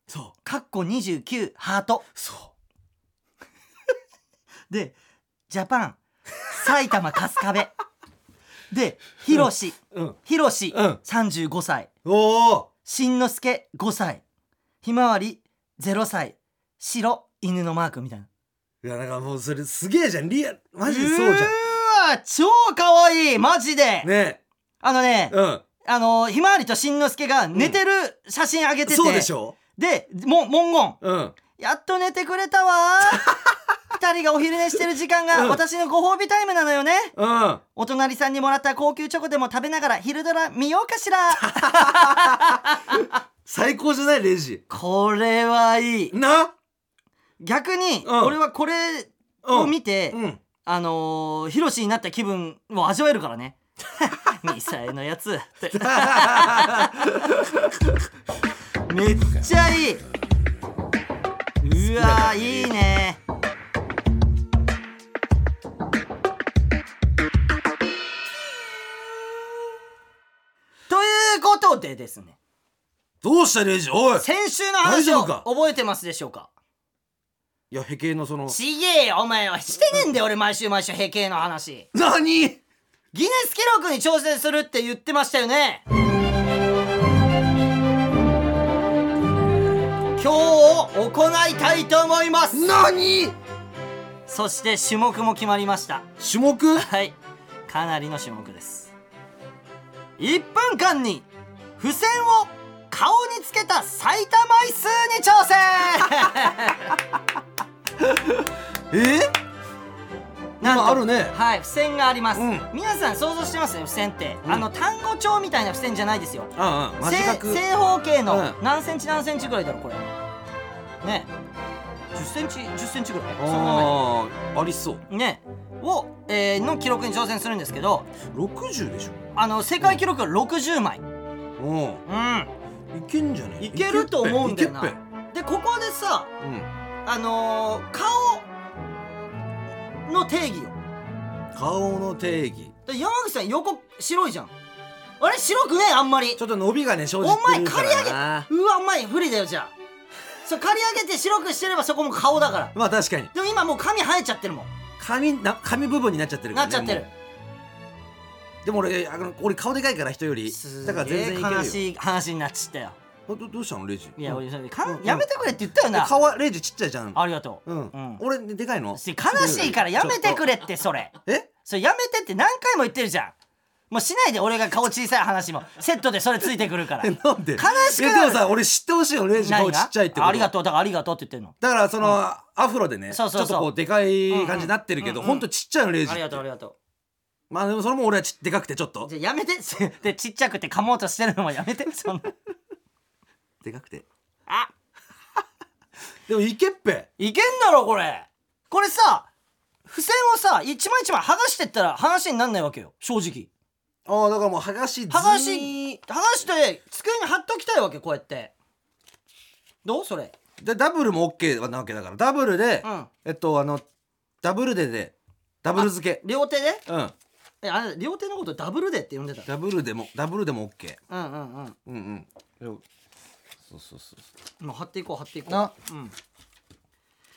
[SPEAKER 2] そう
[SPEAKER 1] かっこ29ハート
[SPEAKER 2] そ
[SPEAKER 1] でジャパン埼玉春日
[SPEAKER 2] [LAUGHS]
[SPEAKER 1] 部でひろし
[SPEAKER 2] ううん
[SPEAKER 1] ひろし
[SPEAKER 2] うん
[SPEAKER 1] 35歳
[SPEAKER 2] おお
[SPEAKER 1] しんのすけ5歳ひまわり0歳白犬のマークみたいない
[SPEAKER 2] やなんかもうそれすげえじゃんリアルマジでそうじゃん
[SPEAKER 1] うーわ超可愛いマジで、
[SPEAKER 2] ね
[SPEAKER 1] あのね、
[SPEAKER 2] うん
[SPEAKER 1] あのひまわりとしんのすけが寝てる写真あげてて、
[SPEAKER 2] そうでしょ
[SPEAKER 1] でも文言
[SPEAKER 2] うん
[SPEAKER 1] やっと寝てくれた
[SPEAKER 2] [LAUGHS]
[SPEAKER 1] わー二人がお昼寝してる時間
[SPEAKER 2] う
[SPEAKER 1] が
[SPEAKER 2] ん
[SPEAKER 1] 私のご褒美タイムなのよね
[SPEAKER 2] うん
[SPEAKER 1] お隣さんにもらった高級チョコでも食べながら昼ドラ見ようかし
[SPEAKER 2] [LAUGHS]
[SPEAKER 1] ら
[SPEAKER 2] 最高じゃないレイジ
[SPEAKER 1] これはいい
[SPEAKER 2] な
[SPEAKER 1] 逆に
[SPEAKER 2] うん
[SPEAKER 1] 俺はこれを見て、
[SPEAKER 2] うん [LAUGHS]
[SPEAKER 1] あのー、ヒロシになった気分を味わえるから
[SPEAKER 2] [LAUGHS]
[SPEAKER 1] ね2歳のやつってめっちゃいいうわーいいねということでですね
[SPEAKER 2] どうしたレイジおい
[SPEAKER 1] 先週の話を
[SPEAKER 2] 大丈夫か
[SPEAKER 1] 覚えてますでしょうか
[SPEAKER 2] いや、へけのその。
[SPEAKER 1] ちげえよお前はしてねえんだよ俺毎週毎週平景の話
[SPEAKER 2] 何
[SPEAKER 1] ギネス記録に挑戦するって言ってましたよね今日を行いたいと思います
[SPEAKER 2] 何
[SPEAKER 1] そして種目も決まりました
[SPEAKER 2] 種目
[SPEAKER 1] はいかなりの種目です1分間に付箋を顔につけた最多枚数に挑
[SPEAKER 2] [LAUGHS]
[SPEAKER 1] 戦
[SPEAKER 2] え
[SPEAKER 1] なんと
[SPEAKER 2] 今あるね
[SPEAKER 1] はい付箋があります、
[SPEAKER 2] うん
[SPEAKER 1] 皆さん想像してますね付箋って、
[SPEAKER 2] うん
[SPEAKER 1] あの単語帳みたいな付箋じゃないですよ
[SPEAKER 2] ああ、間
[SPEAKER 1] 正
[SPEAKER 2] 近く。
[SPEAKER 1] 正方形の
[SPEAKER 2] うん
[SPEAKER 1] 何センチ何センチぐらいだろうこれね10センチ10センチぐらいそんなもん
[SPEAKER 2] ああ、ありそう。
[SPEAKER 1] ねねを、えーの記録に挑戦するんですけど
[SPEAKER 2] 60でしょ。
[SPEAKER 1] あの世界記録は60枚
[SPEAKER 2] う
[SPEAKER 1] うん
[SPEAKER 2] ん。いけんじゃね
[SPEAKER 1] いけると思うんだよない
[SPEAKER 2] けっ
[SPEAKER 1] でここでさ
[SPEAKER 2] ぺうん。
[SPEAKER 1] あのー顔の定義よ
[SPEAKER 2] 顔の定義。
[SPEAKER 1] で山口さん横白いじゃんあれ白くねえあんまり
[SPEAKER 2] ちょっと伸びがね正
[SPEAKER 1] お
[SPEAKER 2] 直
[SPEAKER 1] 前
[SPEAKER 2] 出るか
[SPEAKER 1] 刈り
[SPEAKER 2] ら
[SPEAKER 1] 上げ
[SPEAKER 2] な
[SPEAKER 1] うわお前不利だよじゃあそう刈り上げて白くしてればそこも顔だから
[SPEAKER 2] まあ確かに
[SPEAKER 1] でも今もう髪生えちゃってるもん
[SPEAKER 2] 髪な髪部分になっちゃってるか
[SPEAKER 1] な
[SPEAKER 2] ら、
[SPEAKER 1] っ
[SPEAKER 2] ね、
[SPEAKER 1] ちゃってる
[SPEAKER 2] もうでも俺あの俺顔でかいから人より
[SPEAKER 1] す
[SPEAKER 2] だから全然いけ
[SPEAKER 1] げえ
[SPEAKER 2] るよ
[SPEAKER 1] 悲しい話になっちったよ
[SPEAKER 2] あどどうしたのレイジ
[SPEAKER 1] いや、
[SPEAKER 2] うん
[SPEAKER 1] 俺それかん
[SPEAKER 2] うん
[SPEAKER 1] やめてくれって言ったよな
[SPEAKER 2] 顔はレイジちっちゃいじゃん
[SPEAKER 1] ありがとう
[SPEAKER 2] うん、
[SPEAKER 1] ん
[SPEAKER 2] 俺でかいの
[SPEAKER 1] し悲しいからやめてくれってそれ
[SPEAKER 2] え
[SPEAKER 1] それやめてって何回も言ってるじゃんもうしないで俺が顔小さい話もセットでそれついてくる
[SPEAKER 2] [LAUGHS]
[SPEAKER 1] から
[SPEAKER 2] えなんで
[SPEAKER 1] 悲しく
[SPEAKER 2] え
[SPEAKER 1] な
[SPEAKER 2] で
[SPEAKER 1] る
[SPEAKER 2] もさ俺知ってほしいよレイジ
[SPEAKER 1] 何
[SPEAKER 2] 顔ち
[SPEAKER 1] が
[SPEAKER 2] っちゃいってこと
[SPEAKER 1] ありがとうだからありがとうって言ってんの
[SPEAKER 2] だからその、アフロでね
[SPEAKER 1] そうそうそう
[SPEAKER 2] ちょっとこうでかい感じになってるけど、
[SPEAKER 1] うんうん
[SPEAKER 2] ほんとちっちゃいのレイジ
[SPEAKER 1] ありがとうありがと
[SPEAKER 2] まあでもそれも俺はちでかくてちょっと
[SPEAKER 1] うじゃあやめてでちっちゃくて噛もうとしてるのもやめ
[SPEAKER 2] [LAUGHS]
[SPEAKER 1] てそんな
[SPEAKER 2] でかくて
[SPEAKER 1] あ
[SPEAKER 2] でもいけっぺ
[SPEAKER 1] いけんだろこれこれさ付箋をさ一枚一枚剥がしてったら話になんないわけよ正直
[SPEAKER 2] ああだからもう剥がしずー
[SPEAKER 1] 剥がし剥がして机に貼っときたいわけこうやってどうそれ
[SPEAKER 2] でダブルも OK なわけだからダブルで、
[SPEAKER 1] うん
[SPEAKER 2] えっとあのダブルででダブル漬け
[SPEAKER 1] 両手で
[SPEAKER 2] うん
[SPEAKER 1] えあれ両手のことダブルでって呼ん
[SPEAKER 2] [LAUGHS]
[SPEAKER 1] でた
[SPEAKER 2] ダブルでもダブルでも OK
[SPEAKER 1] うんうんうん
[SPEAKER 2] うんうんでもそうそうそう
[SPEAKER 1] もう貼っていこう貼っていこう
[SPEAKER 2] な
[SPEAKER 1] うん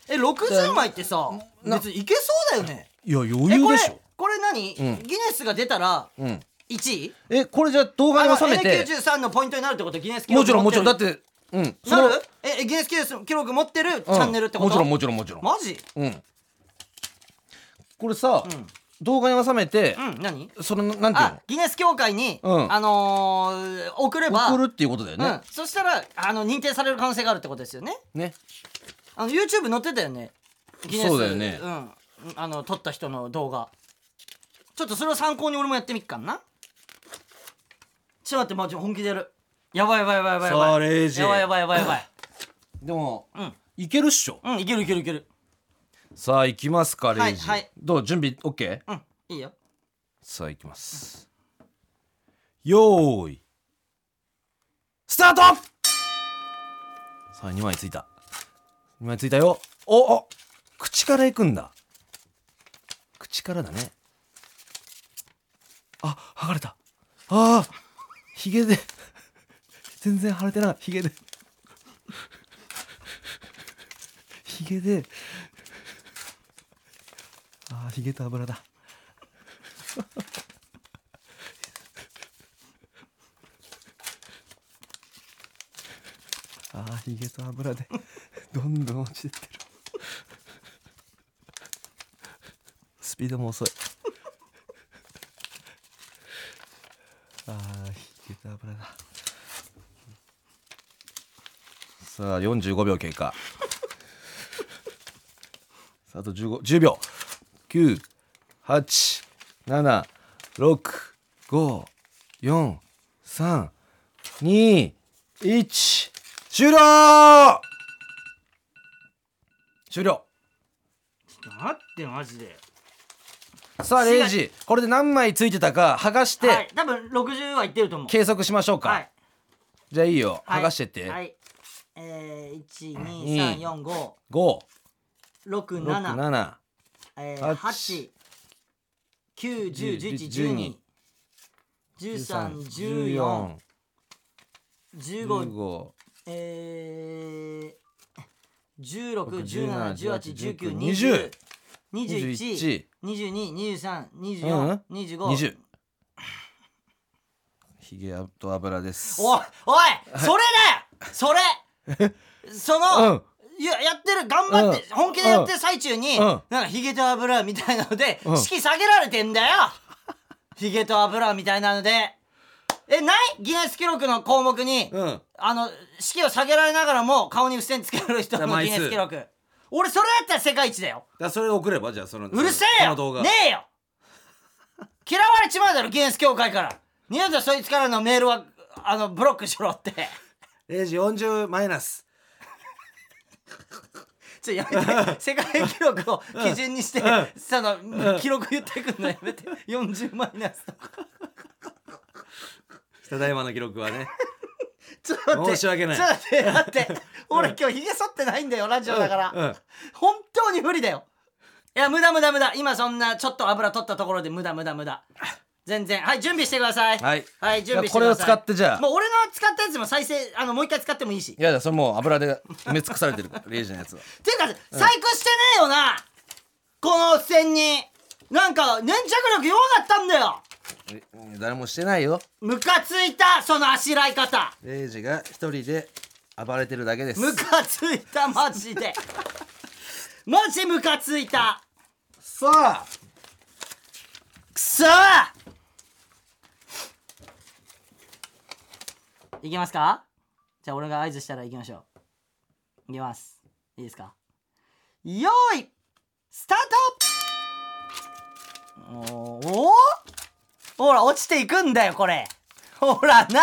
[SPEAKER 1] え60枚ってさ
[SPEAKER 2] な
[SPEAKER 1] 別にいけそうだよね
[SPEAKER 2] いや余
[SPEAKER 1] えこれこれ何、
[SPEAKER 2] うん
[SPEAKER 1] ギネスが出たら
[SPEAKER 2] うん
[SPEAKER 1] 1位
[SPEAKER 2] えこれじゃあ動画に収めて
[SPEAKER 1] A93 のポイントになるってことギネス記録
[SPEAKER 2] もちろんもちろんだ
[SPEAKER 1] 持
[SPEAKER 2] っててうん
[SPEAKER 1] るなるええギネス記録記録持ってるチャンネルってこと、
[SPEAKER 2] もちろんもちろんもちろん
[SPEAKER 1] マジ
[SPEAKER 2] うんこれさ、
[SPEAKER 1] うん
[SPEAKER 2] 動画に収めて、
[SPEAKER 1] うん何
[SPEAKER 2] そのなんていう
[SPEAKER 1] あギネス協会に、
[SPEAKER 2] うん
[SPEAKER 1] あのー送れば
[SPEAKER 2] の送るっていうことだよ
[SPEAKER 1] うん
[SPEAKER 2] ね、、
[SPEAKER 1] そしたらあの認定される可能性があるってことですよね
[SPEAKER 2] ね
[SPEAKER 1] あの YouTube 載ってたよねギネス
[SPEAKER 2] そうだよね
[SPEAKER 1] うん、あの撮った人の動画ちょっとそれを参考に俺もやってみっかんなちょっと待ってマジ本気でやるやばいやばいやばいやばいやばい
[SPEAKER 2] さあレイジ
[SPEAKER 1] やばいやばいやばいや
[SPEAKER 2] [LAUGHS]
[SPEAKER 1] ばい
[SPEAKER 2] でも、
[SPEAKER 1] うん
[SPEAKER 2] いけるっしょ
[SPEAKER 1] うんいけるいけるいける
[SPEAKER 2] さあ行きますかレイジ、
[SPEAKER 1] はいはい
[SPEAKER 2] どう準備 OK
[SPEAKER 1] うんいいよ
[SPEAKER 2] さあ行きますよーいスタートさあ2枚ついた2枚ついたよおお口から行くんだ口からだねあ剥がれたあーひげで全然腫れてないひげでひげであーひげと油だああヒゲと油で [LAUGHS] どんどん落ちてってるスピードも遅いああヒゲと油ださあ45秒経過さああと15 10秒9 8 7 6 5 4 3 2 1終了終了
[SPEAKER 1] 待ってマジで
[SPEAKER 2] さあレイジこれで何枚ついてたか剥がして、
[SPEAKER 1] はい多分60はいってると思う
[SPEAKER 2] 計測しましょうか、
[SPEAKER 1] はい
[SPEAKER 2] じゃあいいよ
[SPEAKER 1] はい
[SPEAKER 2] 剥がしてって、
[SPEAKER 1] はいえー、1 2 3 4 5
[SPEAKER 2] 5
[SPEAKER 1] 6
[SPEAKER 2] 6
[SPEAKER 1] 7
[SPEAKER 2] 7
[SPEAKER 1] え
[SPEAKER 2] 8
[SPEAKER 1] ー、8 9 10 11 12 13 14 15
[SPEAKER 2] 15
[SPEAKER 1] えー、16
[SPEAKER 2] 17
[SPEAKER 1] 17 18 19
[SPEAKER 2] 20
[SPEAKER 1] 20 21 22 23 24 25
[SPEAKER 2] 20ひげと油です
[SPEAKER 1] おいおいそれだよそれ
[SPEAKER 2] [LAUGHS]
[SPEAKER 1] その、
[SPEAKER 2] うん
[SPEAKER 1] いややってる頑張って、
[SPEAKER 2] うん
[SPEAKER 1] 本気でやってる最中に、
[SPEAKER 2] うん
[SPEAKER 1] なんかヒゲと油みたいなので、
[SPEAKER 2] うん
[SPEAKER 1] 式下げられてんだよヒゲと油みたいなのでえないギネス記録の項目に、
[SPEAKER 2] うん
[SPEAKER 1] あの式を下げられながらも顔に付箋つける人
[SPEAKER 2] だ
[SPEAKER 1] の
[SPEAKER 2] 枚
[SPEAKER 1] ギ
[SPEAKER 2] 数
[SPEAKER 1] ネス記録俺それだったら世界一だよ
[SPEAKER 2] だそれ送ればじゃあその
[SPEAKER 1] うるせえ
[SPEAKER 2] そ
[SPEAKER 1] よ
[SPEAKER 2] の動画
[SPEAKER 1] ねえよ嫌われちまうだろギネス協会から二度とそいつからのメールはあのブロックしろって
[SPEAKER 2] レイジ40マイナス
[SPEAKER 1] ちょやめて世界記録を基準にして、その、記録言ってくんのやめて40マイナスとか
[SPEAKER 2] ただいまの記録はね
[SPEAKER 1] ちょっと待って
[SPEAKER 2] [LAUGHS] 申し訳ない
[SPEAKER 1] ちょっと待って待
[SPEAKER 2] [LAUGHS]
[SPEAKER 1] って俺今日ひげ剃ってないんだよラジオだから、
[SPEAKER 2] うんうん
[SPEAKER 1] 本当に不利だよいや無駄無駄無駄今そんなちょっと油取ったところで無駄無駄無駄全然はい準備してくださいはい、
[SPEAKER 2] はい
[SPEAKER 1] 準備して
[SPEAKER 2] こ
[SPEAKER 1] く
[SPEAKER 2] れ
[SPEAKER 1] だ
[SPEAKER 2] を
[SPEAKER 1] さい
[SPEAKER 2] 使ってじゃあ
[SPEAKER 1] もう俺の使ったやつも再生あのもう一回使ってもいいし
[SPEAKER 2] [LAUGHS] いやだそれもう油で埋め尽くされてるレイジのやつは
[SPEAKER 1] ていうか細工してねえよな、この線になんか粘着力弱かったんだよ
[SPEAKER 2] え誰もしてないよ
[SPEAKER 1] ムカついたそのあしらい方
[SPEAKER 2] レイジが一人で暴れてるだけです
[SPEAKER 1] ムカついたマジでマジムカついた
[SPEAKER 2] さあ
[SPEAKER 1] くそーいきますかじゃあ俺が合図したらいきましょういきますいいですかよーいスタートおーおーほら落ちていくんだよこれほらな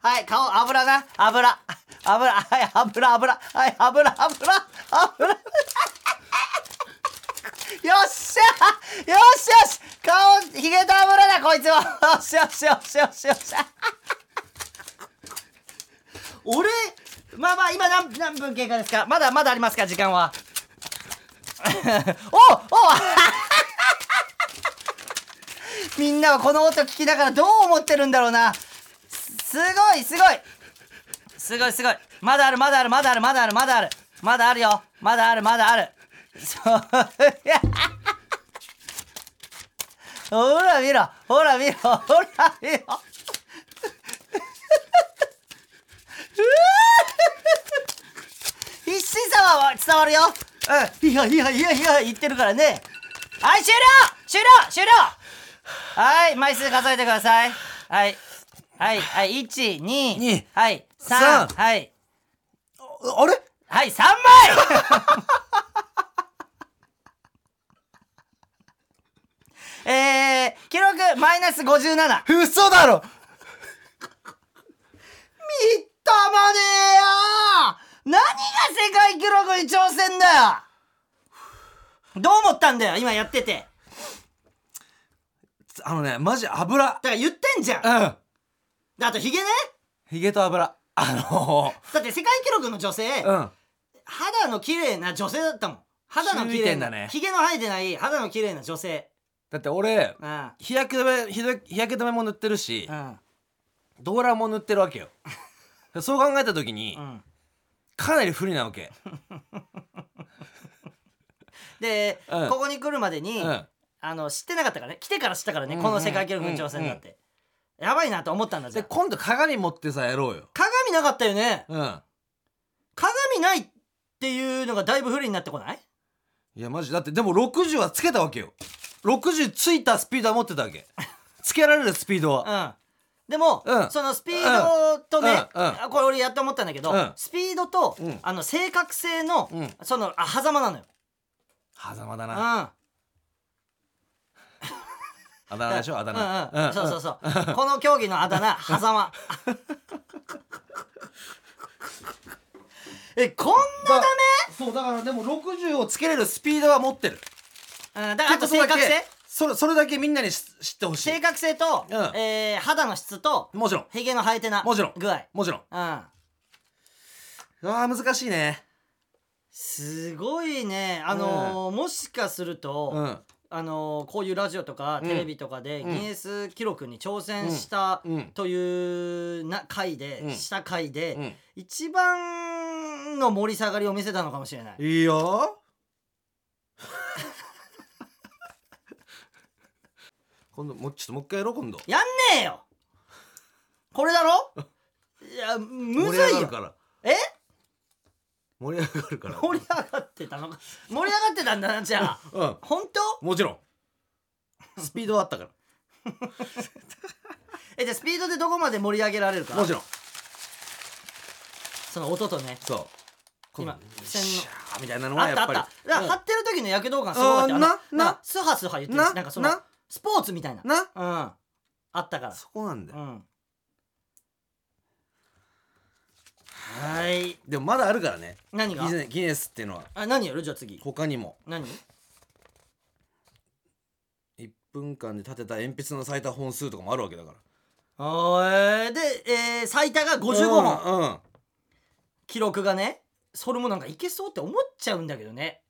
[SPEAKER 1] はい顔油な油油はい油油はい油油油よっしゃよしよし顔ひげと油だこいつもよしよしよしよしよし俺まあまあ今何何分経過ですかまだまだありますか時間は [LAUGHS] おお [LAUGHS] みんなはこの音聞きながらどう思ってるんだろうなすごいすごいすごいすごいまだあるまだあるまだあるまだあるまだあるまだあるよまだあるまだあるそういやほら見ろほら見ろほら見ろ必死さは伝わるようんいやいやいやいや言ってるからねはい終了終了終了はい枚数数えてくださいはいはいはい1 2
[SPEAKER 2] 二
[SPEAKER 1] はい
[SPEAKER 2] 三
[SPEAKER 1] 3はい
[SPEAKER 2] あれ
[SPEAKER 1] はい、3枚 [LAUGHS] えー、記録マイナス57。みっともね
[SPEAKER 2] 嘘だ
[SPEAKER 1] え
[SPEAKER 2] ろ
[SPEAKER 1] よ何が世界記録に挑戦だよどう思ったんだよ、今やってて。
[SPEAKER 2] あのねマジ油
[SPEAKER 1] だから言ってんじゃん。
[SPEAKER 2] うん
[SPEAKER 1] であとヒゲね。
[SPEAKER 2] ヒゲと油あの
[SPEAKER 1] だって世界記録の女性、
[SPEAKER 2] ー、うん
[SPEAKER 1] 肌の綺麗な女性だったもん。肌の綺
[SPEAKER 2] 注意
[SPEAKER 1] 麗
[SPEAKER 2] 点
[SPEAKER 1] な、
[SPEAKER 2] だね
[SPEAKER 1] ヒゲの生えてない肌の綺麗な女性。
[SPEAKER 2] だって俺
[SPEAKER 1] うん。
[SPEAKER 2] 日焼け止めひどい日焼け止めも塗ってるし
[SPEAKER 1] うん。
[SPEAKER 2] ドーラーも塗ってるわけよそう考えた時に、
[SPEAKER 1] うん。
[SPEAKER 2] かなり不利なわけ、
[SPEAKER 1] で、
[SPEAKER 2] うん
[SPEAKER 1] ここに来るまでに、
[SPEAKER 2] うん、
[SPEAKER 1] あの知ってなかったからね来てから知ったからね、
[SPEAKER 2] うん
[SPEAKER 1] この世界記録の挑戦だって、やばいなと思ったんだじゃ
[SPEAKER 2] で
[SPEAKER 1] ん
[SPEAKER 2] 今度鏡持ってさやろうよ
[SPEAKER 1] 鏡なかったよね
[SPEAKER 2] うん
[SPEAKER 1] 鏡ないっていうのがだいぶ不利になってこない
[SPEAKER 2] いやマジだってでも60はつけたわけよ60ついたスピードは持ってたわけつけられるスピードは、
[SPEAKER 1] うんでも、
[SPEAKER 2] うん
[SPEAKER 1] そのスピードとね、
[SPEAKER 2] うんうん
[SPEAKER 1] あこれ俺やって思ったんだけど、
[SPEAKER 2] うん
[SPEAKER 1] スピードと、
[SPEAKER 2] うん
[SPEAKER 1] あの正確性の、
[SPEAKER 2] うん
[SPEAKER 1] そのあ狭間なのよ、
[SPEAKER 2] 狭間だ
[SPEAKER 1] う
[SPEAKER 2] な、
[SPEAKER 1] ん、
[SPEAKER 2] あだ名でしょあだ名、
[SPEAKER 1] うんうん、そうそうそうこの競技のあだ名
[SPEAKER 2] [LAUGHS]
[SPEAKER 1] 狭間 [LAUGHS] えこんなダメ
[SPEAKER 2] そうだからでも60をつけれるスピードは持ってる
[SPEAKER 1] うん、だからあと正確
[SPEAKER 2] ってことだ
[SPEAKER 1] 性
[SPEAKER 2] けそれそれだけみんなにし知ってほしい
[SPEAKER 1] 正確性と、
[SPEAKER 2] うん
[SPEAKER 1] えー肌の質と
[SPEAKER 2] もちろん
[SPEAKER 1] ひげの生えてな
[SPEAKER 2] もちろん
[SPEAKER 1] 具合
[SPEAKER 2] もちろん
[SPEAKER 1] うん
[SPEAKER 2] うわー難しいね
[SPEAKER 1] すごいねあのーもしかすると、
[SPEAKER 2] うん
[SPEAKER 1] あのーこういうラジオとか
[SPEAKER 2] うん
[SPEAKER 1] テレビとかで
[SPEAKER 2] うん
[SPEAKER 1] ギネス記録に挑戦した
[SPEAKER 2] うん
[SPEAKER 1] というな回で、
[SPEAKER 2] うん
[SPEAKER 1] した回で、
[SPEAKER 2] うん
[SPEAKER 1] 一番の盛り下がりを見せたのかもしれない
[SPEAKER 2] いいよ [LAUGHS] 今度もうちょっともう一回やろう今度
[SPEAKER 1] やんねえよこれだろいやむ
[SPEAKER 2] 盛
[SPEAKER 1] ず
[SPEAKER 2] り上
[SPEAKER 1] い
[SPEAKER 2] がる
[SPEAKER 1] よ
[SPEAKER 2] から
[SPEAKER 1] え
[SPEAKER 2] 盛り上がるから
[SPEAKER 1] 盛り上がってたのか盛り上がってたんだなじゃあ
[SPEAKER 2] うん
[SPEAKER 1] 本当
[SPEAKER 2] もちろんスピードはあっ
[SPEAKER 1] [LAUGHS]
[SPEAKER 2] たか
[SPEAKER 1] えじゃあスピードでどこまで盛り上げられるから
[SPEAKER 2] もちろん
[SPEAKER 1] その音とね
[SPEAKER 2] そうこの
[SPEAKER 1] 今線の
[SPEAKER 2] シャーみたいなの
[SPEAKER 1] あ
[SPEAKER 2] は
[SPEAKER 1] っ
[SPEAKER 2] や
[SPEAKER 1] たあ
[SPEAKER 2] っ
[SPEAKER 1] った
[SPEAKER 2] ぱり
[SPEAKER 1] だから貼ってる時の躍動感すごかったよ
[SPEAKER 2] うん
[SPEAKER 1] あの
[SPEAKER 2] な
[SPEAKER 1] なんかスハスハ言ってる
[SPEAKER 2] な
[SPEAKER 1] しなんかその
[SPEAKER 2] な
[SPEAKER 1] スポーツみたいな
[SPEAKER 2] な
[SPEAKER 1] うんあったから
[SPEAKER 2] そこなんだ
[SPEAKER 1] う
[SPEAKER 2] よ
[SPEAKER 1] んはい
[SPEAKER 2] でもまだあるからね
[SPEAKER 1] 何が
[SPEAKER 2] ギネギネスっていうのは
[SPEAKER 1] あ何やるじゃあ次
[SPEAKER 2] 他にも
[SPEAKER 1] 何
[SPEAKER 2] 1分間で立てた鉛筆の最多本数とかもあるわけだから
[SPEAKER 1] おーで、えー最多が55本
[SPEAKER 2] 本うん
[SPEAKER 1] 記録がねそれもなんかいけそうって思っちゃうんだけどね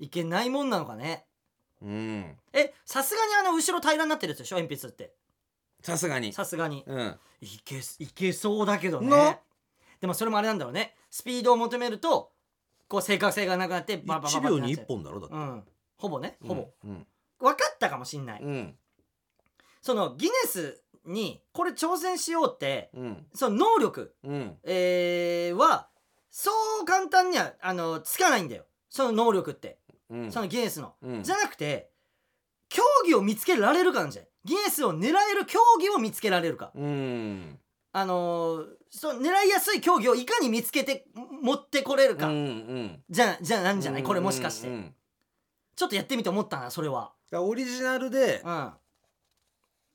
[SPEAKER 1] いけないもんなのかね
[SPEAKER 2] うん
[SPEAKER 1] えさすがにあの後ろ平らになってるやつでしょ鉛筆って
[SPEAKER 2] さすがに
[SPEAKER 1] さすがに
[SPEAKER 2] うん
[SPEAKER 1] いけすいけそうだけどね
[SPEAKER 2] な
[SPEAKER 1] でもそれもあれなんだろうねスピードを求めるとこう正確性がなくなってババババ
[SPEAKER 2] 1
[SPEAKER 1] バって
[SPEAKER 2] 秒
[SPEAKER 1] なっち
[SPEAKER 2] に
[SPEAKER 1] ゃう
[SPEAKER 2] 1本だろだって
[SPEAKER 1] うんほぼねほぼ、
[SPEAKER 2] うん
[SPEAKER 1] 分かったかもしんない、
[SPEAKER 2] うん
[SPEAKER 1] そのギネスにこれ挑戦しようって
[SPEAKER 2] うん
[SPEAKER 1] その能力、
[SPEAKER 2] うん
[SPEAKER 1] えーはそう簡単にはあのつかないんだよその能力って、
[SPEAKER 2] うん
[SPEAKER 1] そのギネスの、
[SPEAKER 2] うん
[SPEAKER 1] じゃなくて競技を見つけられるかなんじゃないギネスを狙える競技を見つけられるか、
[SPEAKER 2] うん
[SPEAKER 1] あのーそう狙いやすい競技をいかに見つけて持ってこれるか、
[SPEAKER 2] うんうん
[SPEAKER 1] じゃじゃなんじゃないこれもしかして、
[SPEAKER 2] うんうんだ
[SPEAKER 1] ちょっとやってみて思ったなそれは
[SPEAKER 2] からオリジナルで
[SPEAKER 1] うん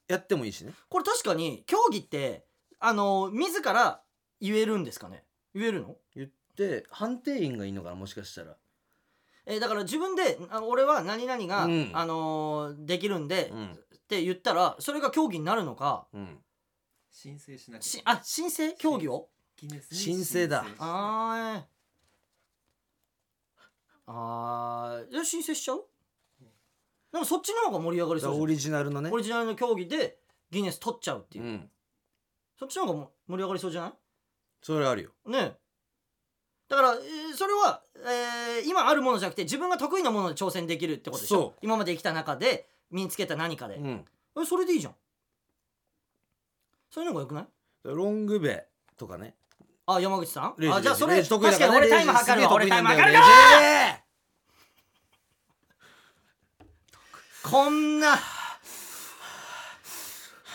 [SPEAKER 2] やってもいいしね
[SPEAKER 1] これ確かに競技ってあの自ら言えるんですかね言えるの
[SPEAKER 2] 言って判定員がいいのかなもしかしたら
[SPEAKER 1] えーだから自分であ俺は何々が、
[SPEAKER 2] うん
[SPEAKER 1] あのーできるんで、
[SPEAKER 2] う
[SPEAKER 1] っ
[SPEAKER 2] ん
[SPEAKER 1] て言ったらそれが競技になるのか
[SPEAKER 2] うん
[SPEAKER 4] 申請しなきゃ
[SPEAKER 1] しあ申請競技を
[SPEAKER 4] ギネスに
[SPEAKER 2] 申請だ
[SPEAKER 4] して
[SPEAKER 1] あーあーじゃあ申請しちゃうなんかそっちの方が盛り上がり
[SPEAKER 2] だか
[SPEAKER 1] そうじゃん
[SPEAKER 2] らオリジナルのね
[SPEAKER 1] オリジナルの競技でギネス取っちゃうっていう、
[SPEAKER 2] うん
[SPEAKER 1] そっちの方がも盛り上がりそうじゃない
[SPEAKER 2] それあるよ
[SPEAKER 1] ねえだから、えーそれは、えー今あるものじゃなくて自分が得意なもので挑戦できるってことでし
[SPEAKER 2] そ
[SPEAKER 1] ょ今まで生きた中で身につけた何かで
[SPEAKER 2] う、ん
[SPEAKER 1] えそれでいいじゃんそういうのがよくない
[SPEAKER 2] ロングベとかね
[SPEAKER 1] あ山口さん
[SPEAKER 2] レイジ
[SPEAKER 1] あじゃあそれ
[SPEAKER 2] レイジ
[SPEAKER 1] 確
[SPEAKER 2] 得意だ
[SPEAKER 1] かに
[SPEAKER 2] らね
[SPEAKER 1] 俺タイム測るわ
[SPEAKER 2] レ
[SPEAKER 1] 俺
[SPEAKER 2] イジ
[SPEAKER 1] タイ
[SPEAKER 2] す
[SPEAKER 1] ム
[SPEAKER 2] げ
[SPEAKER 1] 測る
[SPEAKER 2] え得意なんだよ
[SPEAKER 1] わ
[SPEAKER 2] レイジ
[SPEAKER 1] こんな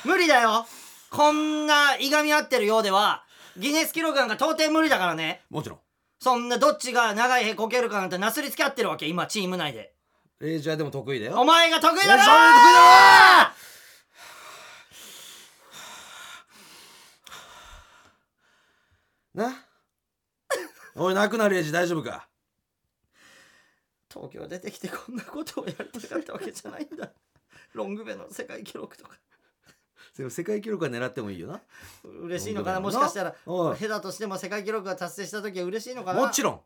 [SPEAKER 1] 無理だよこんないがみ合ってるようではギネス記録なんか到底無理だからね
[SPEAKER 2] もちろん
[SPEAKER 1] そんなどっちが長いへこけるかなんてなすりつけ合ってるわけ今チーム内で
[SPEAKER 2] レイジはでも得意だよ
[SPEAKER 1] お前が得意だろ
[SPEAKER 2] お前得意だなおい泣くなレイジ大丈夫か
[SPEAKER 1] 東京出てきてこんなことをやりたかったわけじゃないんだロングベの世界記録とか
[SPEAKER 2] でも世界記録は狙ってもいいよな
[SPEAKER 1] 嬉しいのかな
[SPEAKER 2] ロング
[SPEAKER 1] も
[SPEAKER 2] ベ
[SPEAKER 1] し
[SPEAKER 2] のな
[SPEAKER 1] かしたら
[SPEAKER 2] おい
[SPEAKER 1] 下手としても世界記録が達成した時は嬉しいのかな
[SPEAKER 2] もちろん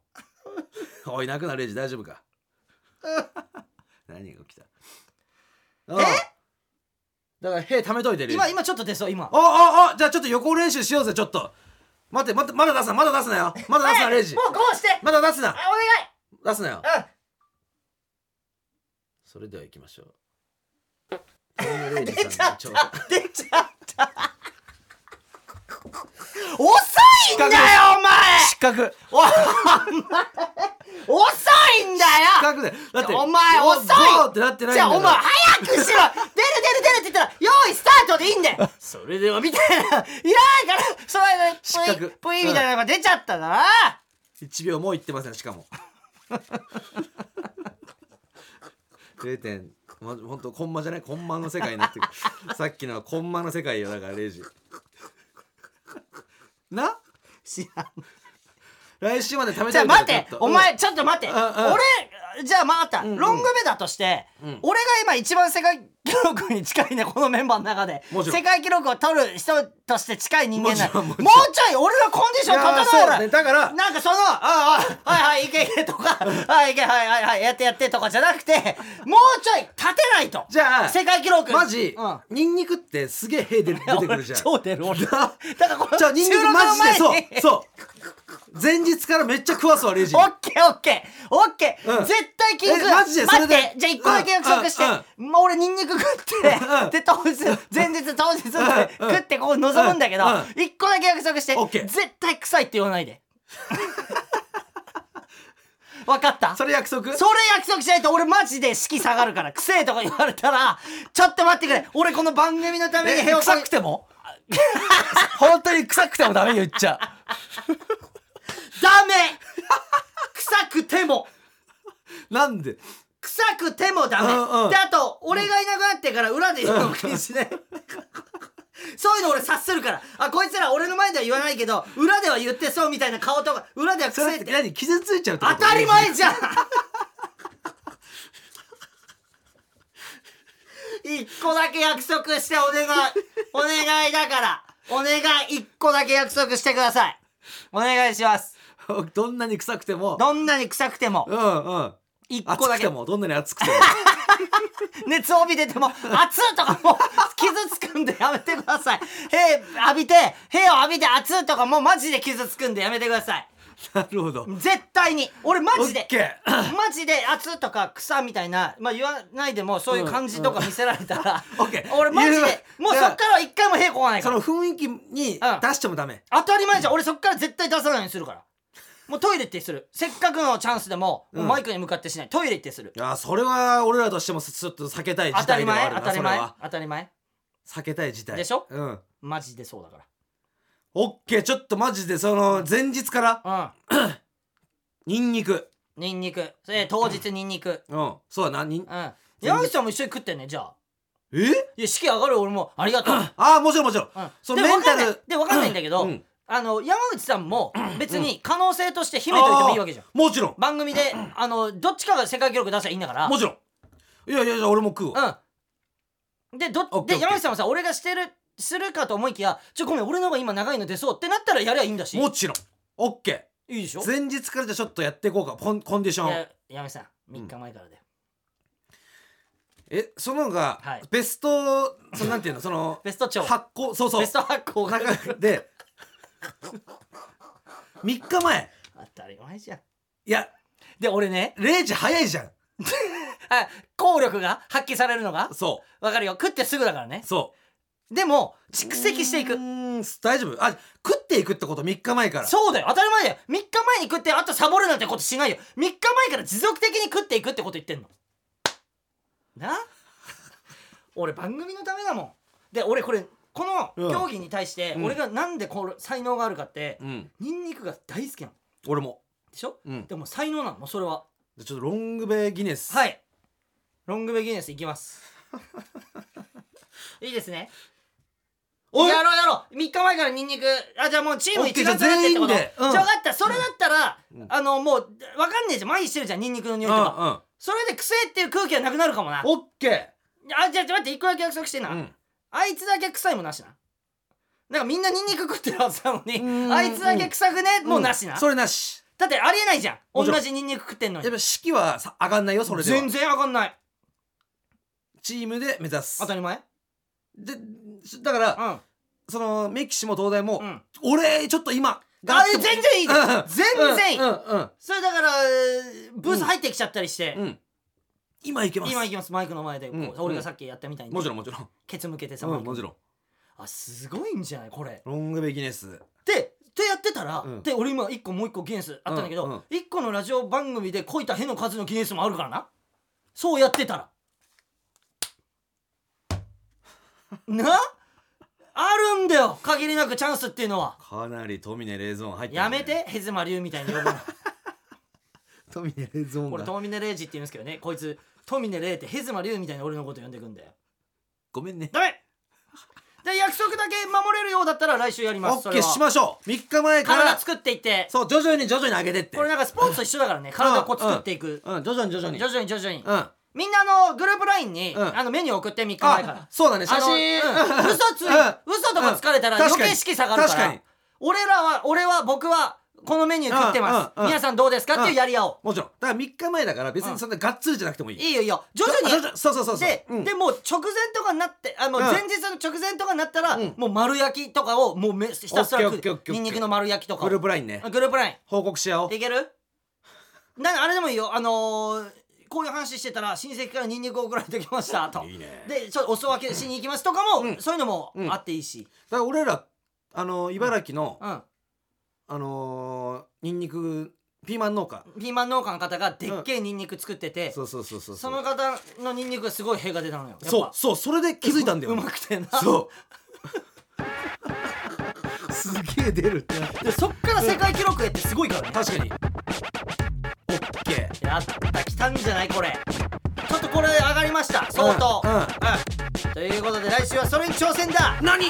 [SPEAKER 2] [LAUGHS] おい泣くなレイジ大丈夫か [LAUGHS] 何が起きたえだから兵貯めといてレイジ
[SPEAKER 1] 今今ちょっと出そう今
[SPEAKER 2] おおおじゃあちょっと予行練習しようぜちょっと待って待ってまだ出すなまだ出すなよまだ出すなレイジ
[SPEAKER 1] もうこうして
[SPEAKER 2] まだ出すな
[SPEAKER 1] お願い
[SPEAKER 2] 出すなよ
[SPEAKER 1] うん
[SPEAKER 2] それでは行きましょう谷川レイジ
[SPEAKER 1] 出ちゃ
[SPEAKER 2] さん
[SPEAKER 1] っ
[SPEAKER 2] の挑
[SPEAKER 1] た出ちゃ
[SPEAKER 2] [LAUGHS]
[SPEAKER 1] った遅いんだよお前
[SPEAKER 2] 失格
[SPEAKER 1] 遅いんだ
[SPEAKER 2] 失
[SPEAKER 1] よ
[SPEAKER 2] 格だよだって
[SPEAKER 1] お前遅い
[SPEAKER 2] ゴーってなってないん
[SPEAKER 1] じ
[SPEAKER 2] だ
[SPEAKER 1] ゃ
[SPEAKER 2] か
[SPEAKER 1] あ
[SPEAKER 2] ら
[SPEAKER 1] お前早くしろ出る出る出るって言ったら「用意スタート」でいいんだ
[SPEAKER 2] [LAUGHS]
[SPEAKER 1] よそれではみたいないらないからその間に
[SPEAKER 2] 失格
[SPEAKER 1] プイプイみたいなのが出ちゃったな
[SPEAKER 2] 1秒もいってませんしかも [LAUGHS] 0. 点ま、ほんとコンマじゃないコンマの世界になってく
[SPEAKER 1] [LAUGHS]
[SPEAKER 2] るさっきのはコンマの世界よだからレイジな
[SPEAKER 1] 知らん
[SPEAKER 2] 来週まで食べ
[SPEAKER 1] じゃ
[SPEAKER 2] た
[SPEAKER 1] あ
[SPEAKER 2] い
[SPEAKER 1] 待ってお前ちょっと待って
[SPEAKER 2] うんうん
[SPEAKER 1] 俺じゃあ分かった
[SPEAKER 2] んうん
[SPEAKER 1] ロング目だとして
[SPEAKER 2] うん
[SPEAKER 1] 俺が今一番世界記録に近いね [LAUGHS] このメンバーの中で
[SPEAKER 2] もちろん
[SPEAKER 1] 世界記録を取る人として近い人間なのも
[SPEAKER 2] もち
[SPEAKER 1] うち
[SPEAKER 2] ろんもちろん
[SPEAKER 1] ょい俺のコンディション
[SPEAKER 2] そう
[SPEAKER 1] 整
[SPEAKER 2] だ
[SPEAKER 1] え
[SPEAKER 2] ね
[SPEAKER 1] る
[SPEAKER 2] だから
[SPEAKER 1] なんかその、ああ、あはいはい、いけいけとか、はい、いけ、はいはいはい、やってやってとかじゃなくて、もうちょい立てないと。
[SPEAKER 2] じゃあ
[SPEAKER 1] 世界記録。
[SPEAKER 2] マジ、
[SPEAKER 1] うん。
[SPEAKER 2] ニンニクってすげえ屁で出てくる
[SPEAKER 1] [LAUGHS]
[SPEAKER 2] じゃん
[SPEAKER 1] 超出る俺。だからこの
[SPEAKER 2] じゃあニンニクマジで
[SPEAKER 1] 収録の
[SPEAKER 2] そ
[SPEAKER 1] 前に
[SPEAKER 2] うそう前日からめっちゃ食わすわレイジ
[SPEAKER 1] オッケーオッケーオッケ
[SPEAKER 2] うん
[SPEAKER 1] ー絶対禁句
[SPEAKER 2] えマジでそれで
[SPEAKER 1] 待ってじゃあ一個だけ約束して
[SPEAKER 2] うんうん
[SPEAKER 1] もう俺ニンニク食
[SPEAKER 2] うん
[SPEAKER 1] ってで当日
[SPEAKER 2] [LAUGHS]
[SPEAKER 1] 前日当日って
[SPEAKER 2] うんうん
[SPEAKER 1] 食ってこう望むんだけど
[SPEAKER 2] うんうん
[SPEAKER 1] 一個だけ約束して
[SPEAKER 2] オッケー
[SPEAKER 1] 絶対臭いって言わない
[SPEAKER 2] [LAUGHS]
[SPEAKER 1] でわかった
[SPEAKER 2] それ約束
[SPEAKER 1] それ約束しないと俺マジで士気下がるから、くせえとか言われたら、ちょっと待ってくれ。俺この番組のために
[SPEAKER 2] え
[SPEAKER 1] へを
[SPEAKER 2] 臭くても本当に臭くてもダメよ言っちゃ
[SPEAKER 1] ダメ臭くても
[SPEAKER 2] なんで
[SPEAKER 1] 臭くてもダメ、
[SPEAKER 2] うんうん
[SPEAKER 1] であと俺がいなくなってから裏で言う [LAUGHS] のも禁止ねそういうの俺察するからあこいつら俺の前では言わないけど裏では言ってそうみたいな顔とか裏では
[SPEAKER 2] それ
[SPEAKER 1] 臭い
[SPEAKER 2] っ
[SPEAKER 1] ってて
[SPEAKER 2] 何傷ついちゃうってこ
[SPEAKER 1] 当
[SPEAKER 2] と
[SPEAKER 1] たり前
[SPEAKER 2] [LAUGHS]
[SPEAKER 1] じゃん一個だけ約束してお願いお願いだからお願い一個だけ約束してくださいお願いします
[SPEAKER 2] どんなに臭くても
[SPEAKER 1] どんなに臭くても
[SPEAKER 2] うんうん
[SPEAKER 1] 一個
[SPEAKER 2] 熱
[SPEAKER 1] だ
[SPEAKER 2] く
[SPEAKER 1] け [LAUGHS]
[SPEAKER 2] てもどんなに熱くても
[SPEAKER 1] 熱帯び出ても熱っとかもう傷つくんでやめてください屁浴びて屁を浴びて熱っとかもうマジで傷つくんでやめてください
[SPEAKER 2] なるほど
[SPEAKER 1] 絶対に俺マジで
[SPEAKER 2] オッケ
[SPEAKER 1] マジで熱とか草みたいなまあ言わないでもそういう感じとか見せられたら、
[SPEAKER 2] うん [LAUGHS] オッケー
[SPEAKER 1] 俺マジで
[SPEAKER 2] 言うわ
[SPEAKER 1] もうそっからは一回も屁こがない
[SPEAKER 2] そ
[SPEAKER 1] から
[SPEAKER 2] の雰囲気に出してもダメ、
[SPEAKER 1] 当たり前じゃん俺そっから絶対出さないようにするからもうトイレってするせっかくのチャンスでも,、
[SPEAKER 2] うん
[SPEAKER 1] マイクに向かってしないトイレってする
[SPEAKER 2] いやそれは俺らとしてもちょっと避けたい
[SPEAKER 1] 当
[SPEAKER 2] 事
[SPEAKER 1] たり
[SPEAKER 2] 態ではあ
[SPEAKER 1] 前
[SPEAKER 2] る
[SPEAKER 1] 当
[SPEAKER 2] な
[SPEAKER 1] たり
[SPEAKER 2] そ
[SPEAKER 1] 前
[SPEAKER 2] れは
[SPEAKER 1] 当たり前
[SPEAKER 2] 避けたい事態
[SPEAKER 1] でしょ
[SPEAKER 2] うん
[SPEAKER 1] マジでそうだか
[SPEAKER 2] オッケーちょっとマジでその前日から
[SPEAKER 1] ら
[SPEAKER 2] ニンニク
[SPEAKER 1] うんニンニクそれ当日ニンニク
[SPEAKER 2] うんそうだなにん
[SPEAKER 1] うん山口さんも一緒に食ってんねじゃあ
[SPEAKER 2] え
[SPEAKER 1] いや式上がる俺もありがとう、う
[SPEAKER 2] ああもちろんもちろん
[SPEAKER 1] ん、
[SPEAKER 2] そ
[SPEAKER 1] で
[SPEAKER 2] のメンタ
[SPEAKER 1] わかんない
[SPEAKER 2] ル
[SPEAKER 1] で分かんないんだけど、
[SPEAKER 2] うん
[SPEAKER 1] あの山口さんも別に可能性として秘めといてもいいわけじゃん
[SPEAKER 2] もちろん
[SPEAKER 1] 番組であのどっちかが世界記録出したらいいんだから
[SPEAKER 2] もちろんいやいやいや俺も食うわ
[SPEAKER 1] うん。で、ど
[SPEAKER 2] オッケーオッケ
[SPEAKER 1] で
[SPEAKER 2] ー
[SPEAKER 1] 山口さんはさ、俺がしてる、するかと思いきや、ちょ、ごめん、俺の方が今長いの出そうってなったらやりゃいいんだし。
[SPEAKER 2] もちろんオッケ
[SPEAKER 1] いいでしょ
[SPEAKER 2] ー前日からじゃあちょっとやっていこうかコンコンディショ
[SPEAKER 1] い
[SPEAKER 2] ンを
[SPEAKER 1] や山口さん、3日前からで。
[SPEAKER 2] えそのが
[SPEAKER 1] はい
[SPEAKER 2] ベストそのなんていうのその
[SPEAKER 1] ベスト超。
[SPEAKER 2] 発酵そうそう
[SPEAKER 1] ベスト発行が。
[SPEAKER 2] 中で3日前
[SPEAKER 1] [LAUGHS] 当たり前じゃん。
[SPEAKER 2] いや
[SPEAKER 1] で、俺ね、
[SPEAKER 2] 0時早いじゃん
[SPEAKER 1] あ効力が発揮されるのが、
[SPEAKER 2] そ
[SPEAKER 1] わかるよ。食ってすぐだからね
[SPEAKER 2] う。そ
[SPEAKER 1] でも、蓄
[SPEAKER 2] う
[SPEAKER 1] 積していうく。
[SPEAKER 2] ーん大丈夫あ食っていくってこと3日前から
[SPEAKER 1] そうだよ当たり前だよ3日前に食ってあとサボるなんてことしないよ3日前から持続的に食っていくってこと言ってんのな [LAUGHS] 俺番組のためだもんで俺これこ
[SPEAKER 2] う
[SPEAKER 1] の
[SPEAKER 2] ん
[SPEAKER 1] 競技に対して
[SPEAKER 2] うん
[SPEAKER 1] 俺がなんでこの才能があるかって
[SPEAKER 2] うん
[SPEAKER 1] ニンニクが大好きなの
[SPEAKER 2] 俺も
[SPEAKER 1] でしょ
[SPEAKER 2] うん
[SPEAKER 1] でも才能なのもうそれは
[SPEAKER 2] じゃあちょっとロングベイギネス
[SPEAKER 1] はいいロングベギネスいきます [LAUGHS] いいですね
[SPEAKER 2] おい
[SPEAKER 1] やろうやろう3日前からニンニクあじゃあもうチーム
[SPEAKER 2] オッケ
[SPEAKER 1] 一
[SPEAKER 2] ーじゃ
[SPEAKER 1] 丸とな
[SPEAKER 2] あ
[SPEAKER 1] ってってこと
[SPEAKER 2] 全員で
[SPEAKER 1] じゃあ
[SPEAKER 2] うん
[SPEAKER 1] 分かったそれだったら、
[SPEAKER 2] うん
[SPEAKER 1] あのもう分かんねえじゃん毎日してるじゃんニンニクの
[SPEAKER 2] う
[SPEAKER 1] 匂
[SPEAKER 2] ん
[SPEAKER 1] いうと
[SPEAKER 2] ん
[SPEAKER 1] か、
[SPEAKER 2] オ
[SPEAKER 1] それで癖っていう空気はなくなるかもなあ
[SPEAKER 2] ッケ
[SPEAKER 1] じゃあ待って一個だけ約束してな、
[SPEAKER 2] ーうん
[SPEAKER 1] あいつだけ臭いもなしななんかみんなニンニク食ってるはずなのに
[SPEAKER 2] うん
[SPEAKER 1] あいつだけ臭くねもうなしな、
[SPEAKER 2] んそれなし
[SPEAKER 1] だってありえないじゃん同
[SPEAKER 2] もちろん
[SPEAKER 1] じニンニク食ってんの
[SPEAKER 2] やっ
[SPEAKER 1] に
[SPEAKER 2] ぱ式はさ上がんないよそれでは
[SPEAKER 1] 全然上がんない
[SPEAKER 2] チームで目指す
[SPEAKER 1] 当たり前
[SPEAKER 2] でだから
[SPEAKER 1] うん
[SPEAKER 2] そのメキシも東大も、
[SPEAKER 1] うん
[SPEAKER 2] 俺ちょっと今
[SPEAKER 1] あ全然いいじゃん全然いい
[SPEAKER 2] うんうん
[SPEAKER 1] それだからブース入ってきちゃったりして
[SPEAKER 2] うん、うん今いけます
[SPEAKER 1] 今行きますマイクの前でこう
[SPEAKER 2] うん
[SPEAKER 1] 俺がさっきやったみたいに
[SPEAKER 2] もちろんもちろん、
[SPEAKER 1] ケツ向けてさ
[SPEAKER 2] う
[SPEAKER 1] マイ
[SPEAKER 2] ん、
[SPEAKER 1] ク
[SPEAKER 2] もちろん
[SPEAKER 1] あすごいんじゃないこれ
[SPEAKER 2] ロングベイギネス
[SPEAKER 1] でってやってたら、
[SPEAKER 2] うん
[SPEAKER 1] で俺今1個もう1個ギネスあったんだけど、
[SPEAKER 2] うんうん
[SPEAKER 1] 一1個のラジオ番組でこいたへの数のギネスもあるからなそうやってた
[SPEAKER 2] [LAUGHS]
[SPEAKER 1] らなあるんだよ限りなくチャンスっていうのは
[SPEAKER 2] かなりトミネレーゾーン入ってるね
[SPEAKER 1] やめてヘズマリュウみたい
[SPEAKER 2] [LAUGHS]
[SPEAKER 1] に呼ぶの
[SPEAKER 2] トミネレーゾーン
[SPEAKER 1] 俺
[SPEAKER 2] が
[SPEAKER 1] トミネレイジって言うんですけどねこいつトミネレイってヘズマリュウみたいに俺のこと呼んでくんだよ
[SPEAKER 2] ごめんね
[SPEAKER 1] ダメで約束だけ守れるようだったら来週やり
[SPEAKER 2] オ
[SPEAKER 1] ますそ
[SPEAKER 2] ッ
[SPEAKER 1] れ
[SPEAKER 2] ケー
[SPEAKER 1] は
[SPEAKER 2] しましょう3日前か
[SPEAKER 1] 体
[SPEAKER 2] ら
[SPEAKER 1] 作っていって
[SPEAKER 2] そう徐々に徐々に上げてって
[SPEAKER 1] これなんかスポーツと一緒だからね体をこう作っていく
[SPEAKER 2] うん徐々に徐々に
[SPEAKER 1] 徐々に徐々に
[SPEAKER 2] うんあ
[SPEAKER 1] みんなあのグループラインに、
[SPEAKER 2] うん
[SPEAKER 1] あのメニュー送って3日前から
[SPEAKER 2] そうだね写
[SPEAKER 1] あの
[SPEAKER 2] 真、
[SPEAKER 1] うん嘘つい、
[SPEAKER 2] うん
[SPEAKER 1] 嘘とか疲れたら
[SPEAKER 2] うん
[SPEAKER 1] 余
[SPEAKER 2] 確かに
[SPEAKER 1] 計式下がるから
[SPEAKER 2] 確かに
[SPEAKER 1] 俺らは俺は僕はこのメニュー食ってます、
[SPEAKER 2] うんうんうん
[SPEAKER 1] 皆さんどうですかっていうやり合おう、
[SPEAKER 2] もちろんだから3日前だから別にそんながっつりじゃなくてもいい、
[SPEAKER 1] いいよいいよ徐々にやっ
[SPEAKER 2] にそうそうそうそう
[SPEAKER 1] で、
[SPEAKER 2] うん
[SPEAKER 1] でもう直前とかになってあもう
[SPEAKER 2] うん
[SPEAKER 1] 前日の直前とかになったら、
[SPEAKER 2] うん
[SPEAKER 1] もう丸焼きとかをもうめひたすら
[SPEAKER 2] オッケーオッケーオッケーオッケー
[SPEAKER 1] ニンニクの丸焼きとかを
[SPEAKER 2] グループラインね
[SPEAKER 1] あグループライン
[SPEAKER 2] 報告し合おう
[SPEAKER 1] いけるなあれでもいいよあのーこういう話してたら親戚からニンニクを送られてきましたと
[SPEAKER 2] いいね
[SPEAKER 1] でちょっとお裾分けしに行きますとかも、そういうのもあっていいし、
[SPEAKER 2] だから俺らあの茨城の、
[SPEAKER 1] うん
[SPEAKER 2] あのー、ニンニクピーマン農家
[SPEAKER 1] ピーマン農家の方がでっけえニンニク作ってて、
[SPEAKER 2] そうそうそうそう
[SPEAKER 1] その方のニンニクがすごい屁が出たのよやっぱ
[SPEAKER 2] そうそうそれで気づいたんだよ
[SPEAKER 1] うまくてな
[SPEAKER 2] そ
[SPEAKER 1] [LAUGHS]
[SPEAKER 2] うすげえ出るってな
[SPEAKER 1] でそっから世界記録へってすごいからね
[SPEAKER 2] 確かにオッケ
[SPEAKER 1] やった来たんじゃないこれちょっとこれ上がりました相当
[SPEAKER 2] うんうん
[SPEAKER 1] うんということで来週はそれに挑戦だ
[SPEAKER 2] ー何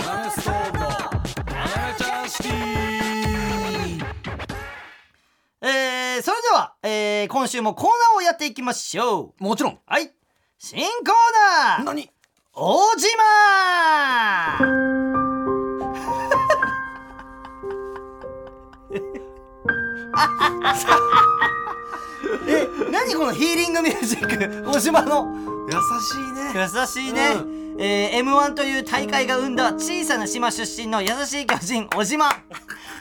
[SPEAKER 1] えー、それでは、えー、今週もコーナーをやっていきましょう
[SPEAKER 2] もちろん
[SPEAKER 1] はい新コーナー
[SPEAKER 2] 何
[SPEAKER 1] 大
[SPEAKER 2] [LAUGHS]
[SPEAKER 1] 島え何このヒーリングミュージック大島の
[SPEAKER 2] 優しいね
[SPEAKER 1] 優しいね、えー M1 という大会が生んだ小さな島出身の優しい巨人小
[SPEAKER 2] [LAUGHS]
[SPEAKER 1] 島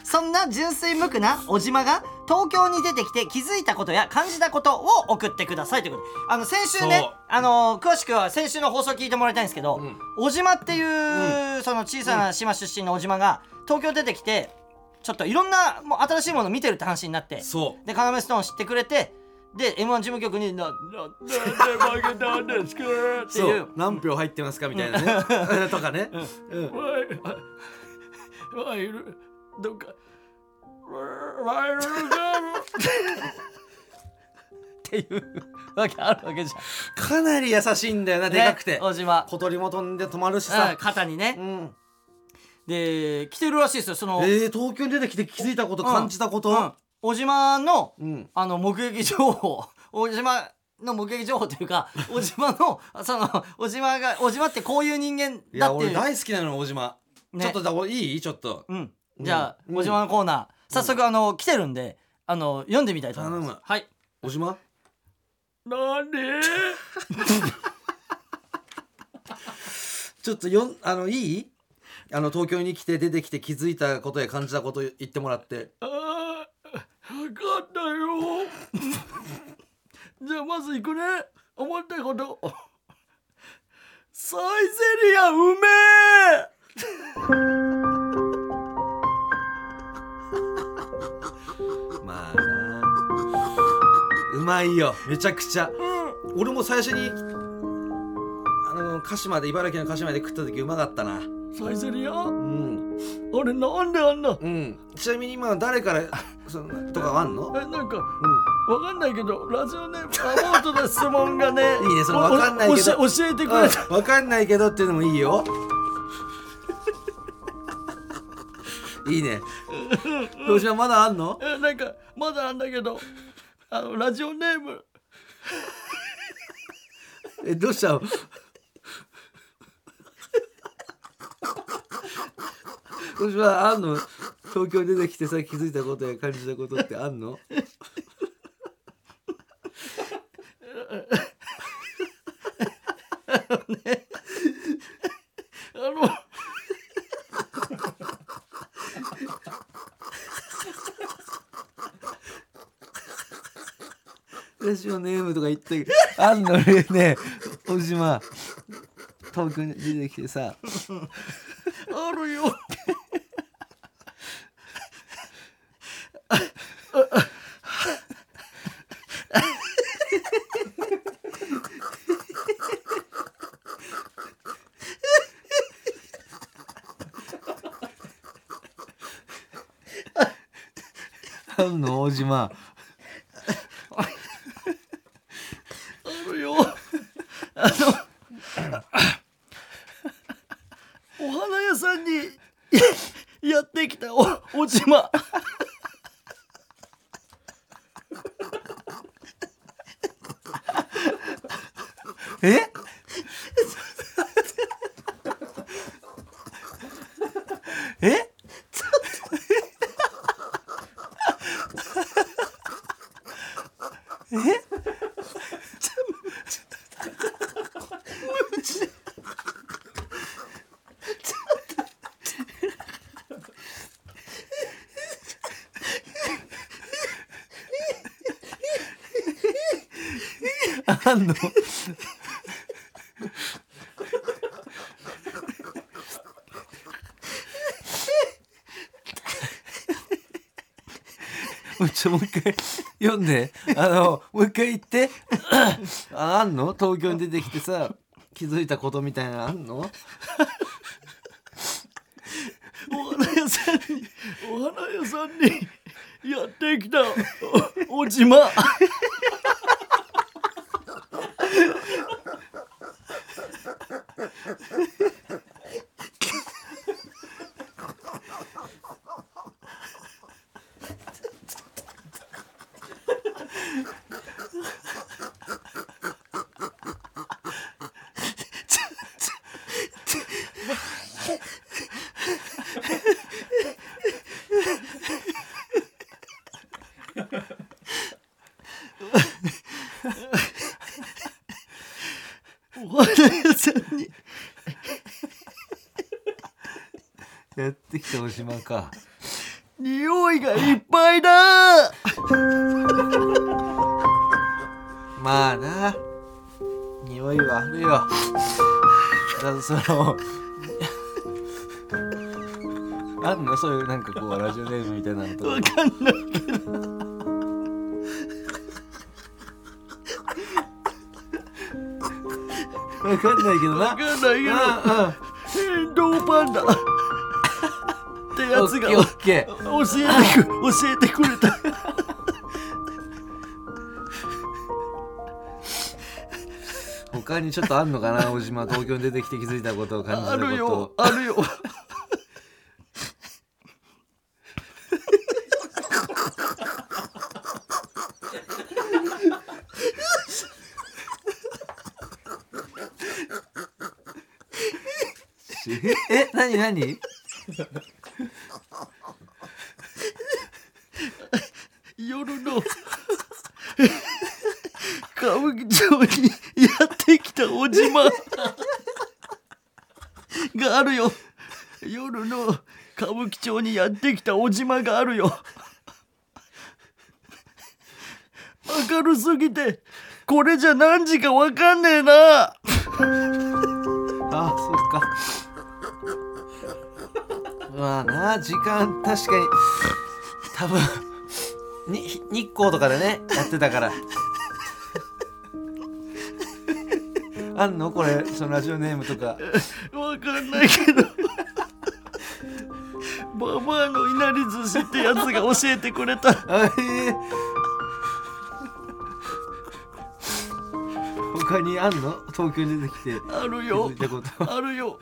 [SPEAKER 1] そんな純粋無垢な小島が東京に出てきて気づいたことや感じたことを送ってくださいということであの先週
[SPEAKER 2] そ
[SPEAKER 1] ね
[SPEAKER 2] う
[SPEAKER 1] あの詳しくは先週の放送聞いてもらいたいんですけど、小島っていう、その小さな島出身の小島が東京出てきてちょっといろんなもう新しいもの見てるって話になって
[SPEAKER 2] そう
[SPEAKER 1] で要ストーン知ってくれてで m 1事務局に「なななんで負けたんですか?」って
[SPEAKER 2] そ
[SPEAKER 1] いう
[SPEAKER 2] う何票入ってますかみたいなねとかねうん
[SPEAKER 3] ワイワイルどっかワイル
[SPEAKER 1] っていうわけあるわけじ
[SPEAKER 2] かなり優しいんだよな
[SPEAKER 1] ゃん。
[SPEAKER 2] でかくて
[SPEAKER 1] ね小島。
[SPEAKER 2] 小鳥も飛んで止まるし
[SPEAKER 1] うん
[SPEAKER 2] さ
[SPEAKER 1] 肩にね
[SPEAKER 2] う。ん
[SPEAKER 1] で、来てるらしいですよ、その。
[SPEAKER 2] えー東京に出てきて気づいたこと
[SPEAKER 1] うん
[SPEAKER 2] 感じたこ
[SPEAKER 1] うん
[SPEAKER 2] と。
[SPEAKER 1] 小島の、
[SPEAKER 2] うん
[SPEAKER 1] あの、目撃情報。小島の目撃情報という
[SPEAKER 2] [LAUGHS]
[SPEAKER 1] か、小島の、その、小島が、小島ってこういう人間
[SPEAKER 2] い
[SPEAKER 1] だ
[SPEAKER 2] や
[SPEAKER 1] って
[SPEAKER 2] 俺
[SPEAKER 1] いう。
[SPEAKER 2] 大好きなの小島
[SPEAKER 1] ね
[SPEAKER 2] ちょっとだおいいちょっと
[SPEAKER 1] うん。じゃあ、
[SPEAKER 2] うん
[SPEAKER 1] 小島のコーナー、早速、あの、来てるんで、あの、読んでみたいと思います。
[SPEAKER 2] 頼む
[SPEAKER 1] はい。
[SPEAKER 2] 小島
[SPEAKER 3] なんで
[SPEAKER 2] ちょっとよんあのいいあの東京に来て出てきて気づいたことや感じたこと言ってもらって
[SPEAKER 3] あーわかったよじゃあまず行くね思ったことサイゼリアうめえ
[SPEAKER 2] まあなうまいよめちゃくちゃ俺も最初にあの鹿島で茨城の鹿島で食った時うまかったな
[SPEAKER 3] サイゼリア
[SPEAKER 2] うん
[SPEAKER 3] 俺なんであんな
[SPEAKER 2] うんちなみに今誰
[SPEAKER 3] [LAUGHS]
[SPEAKER 2] からそのとかあんの
[SPEAKER 3] えなんかわかんないけどラジオネームアバウトの質問がね
[SPEAKER 2] いいねそのわかんないけど
[SPEAKER 3] おお教え教えてくれた、
[SPEAKER 2] うんわかんないけどっていうのもいい
[SPEAKER 3] [LAUGHS]
[SPEAKER 2] よいいねどうしようまだあんの
[SPEAKER 3] えなんかまだあんだけどあのラジオネーム
[SPEAKER 2] えどうしたの [LAUGHS] どうしようあんの東京に出てきてさ気づいたことや感じたことってあんの
[SPEAKER 3] あの
[SPEAKER 2] ラジオネームとか言ってあんのねね小島東京に出てきてさ
[SPEAKER 3] あるよ。
[SPEAKER 2] あんの大島
[SPEAKER 3] あるよ。あの、お花屋さんにいやってきたお、おじま。
[SPEAKER 2] え [LAUGHS] えあんのちょもう一回読んであのもう一回言ってああんの東京に出てきてさ気づいたことみたいなのあんの
[SPEAKER 3] お花屋さんに、お花屋さんにやってきたお、おじま。
[SPEAKER 2] やってきたおしまか
[SPEAKER 3] 匂いがいっぱいだ
[SPEAKER 2] まあな匂いはあるよだからそのあんのそういうなんかこうラジオネームみたいなのとか
[SPEAKER 3] かんない
[SPEAKER 2] わかんないけどな
[SPEAKER 3] わかんないけど変動パンダってやつが
[SPEAKER 2] オッケーオッケ
[SPEAKER 3] 教えてく教えてくれた
[SPEAKER 2] ー他にちょっとあんのかな小島東京に出てきて気づいたことを感じ
[SPEAKER 3] あ
[SPEAKER 2] たこと
[SPEAKER 3] るよあるよ
[SPEAKER 2] え何何
[SPEAKER 3] 夜の歌舞伎町にやってきたおじまがあるよ夜の歌舞伎町にやってきたおじまがあるよ明るすぎてこれじゃ何時かわかんねえな
[SPEAKER 2] あそっかまあな時間確かに多分に日光とかでねやってたからあんのこれそのラジオネームとか
[SPEAKER 3] わかんないけどババアのいなり寿司ってやつが教えてくれた
[SPEAKER 2] あえー他にあんの東京に出てきて
[SPEAKER 3] ある
[SPEAKER 2] 気
[SPEAKER 3] よ
[SPEAKER 2] づいたこと
[SPEAKER 3] あるよ。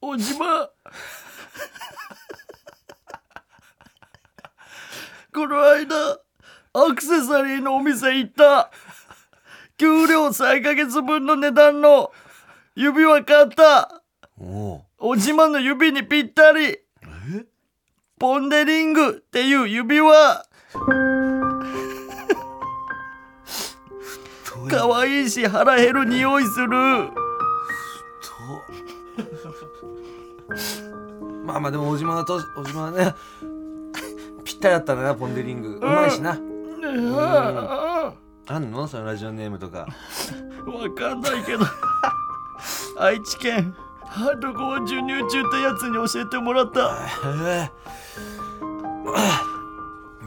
[SPEAKER 3] おじま。この間、アクセサリーのお店行った。給料3ヶ月分の値段の指輪買った。
[SPEAKER 2] おお
[SPEAKER 3] おじまの指にぴったり。ポンデリングっていう指輪。
[SPEAKER 2] 遠い
[SPEAKER 3] かわいいし腹減る匂いする。
[SPEAKER 2] まあまあでも小島はと小島はねぴったりだったんだなポン・デ・リングうまいしな
[SPEAKER 3] ああ。
[SPEAKER 2] あんのそのラジオネームとか
[SPEAKER 3] わかんないけど愛知県ハードコア授乳中ってやつに教えてもらった
[SPEAKER 2] へ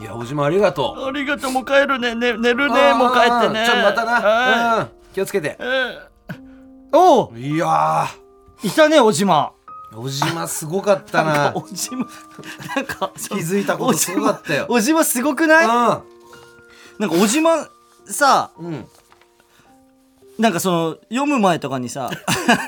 [SPEAKER 2] えいや小島ありがと
[SPEAKER 3] ありがとうもう帰るねね寝
[SPEAKER 2] う
[SPEAKER 3] るねもう帰ってね
[SPEAKER 2] ちょっとまたな、
[SPEAKER 3] は
[SPEAKER 2] うん、気をつけて
[SPEAKER 3] いえ
[SPEAKER 1] おお
[SPEAKER 2] いや
[SPEAKER 1] いたねおじま
[SPEAKER 2] ー小島すごかった
[SPEAKER 1] [LAUGHS]
[SPEAKER 2] な
[SPEAKER 1] おじまなんか
[SPEAKER 2] 気づいたことすごかったよ
[SPEAKER 1] おじまおじますごくないなんかおじまさ
[SPEAKER 2] うんうん
[SPEAKER 1] なんかその読む前とかにさ [LAUGHS]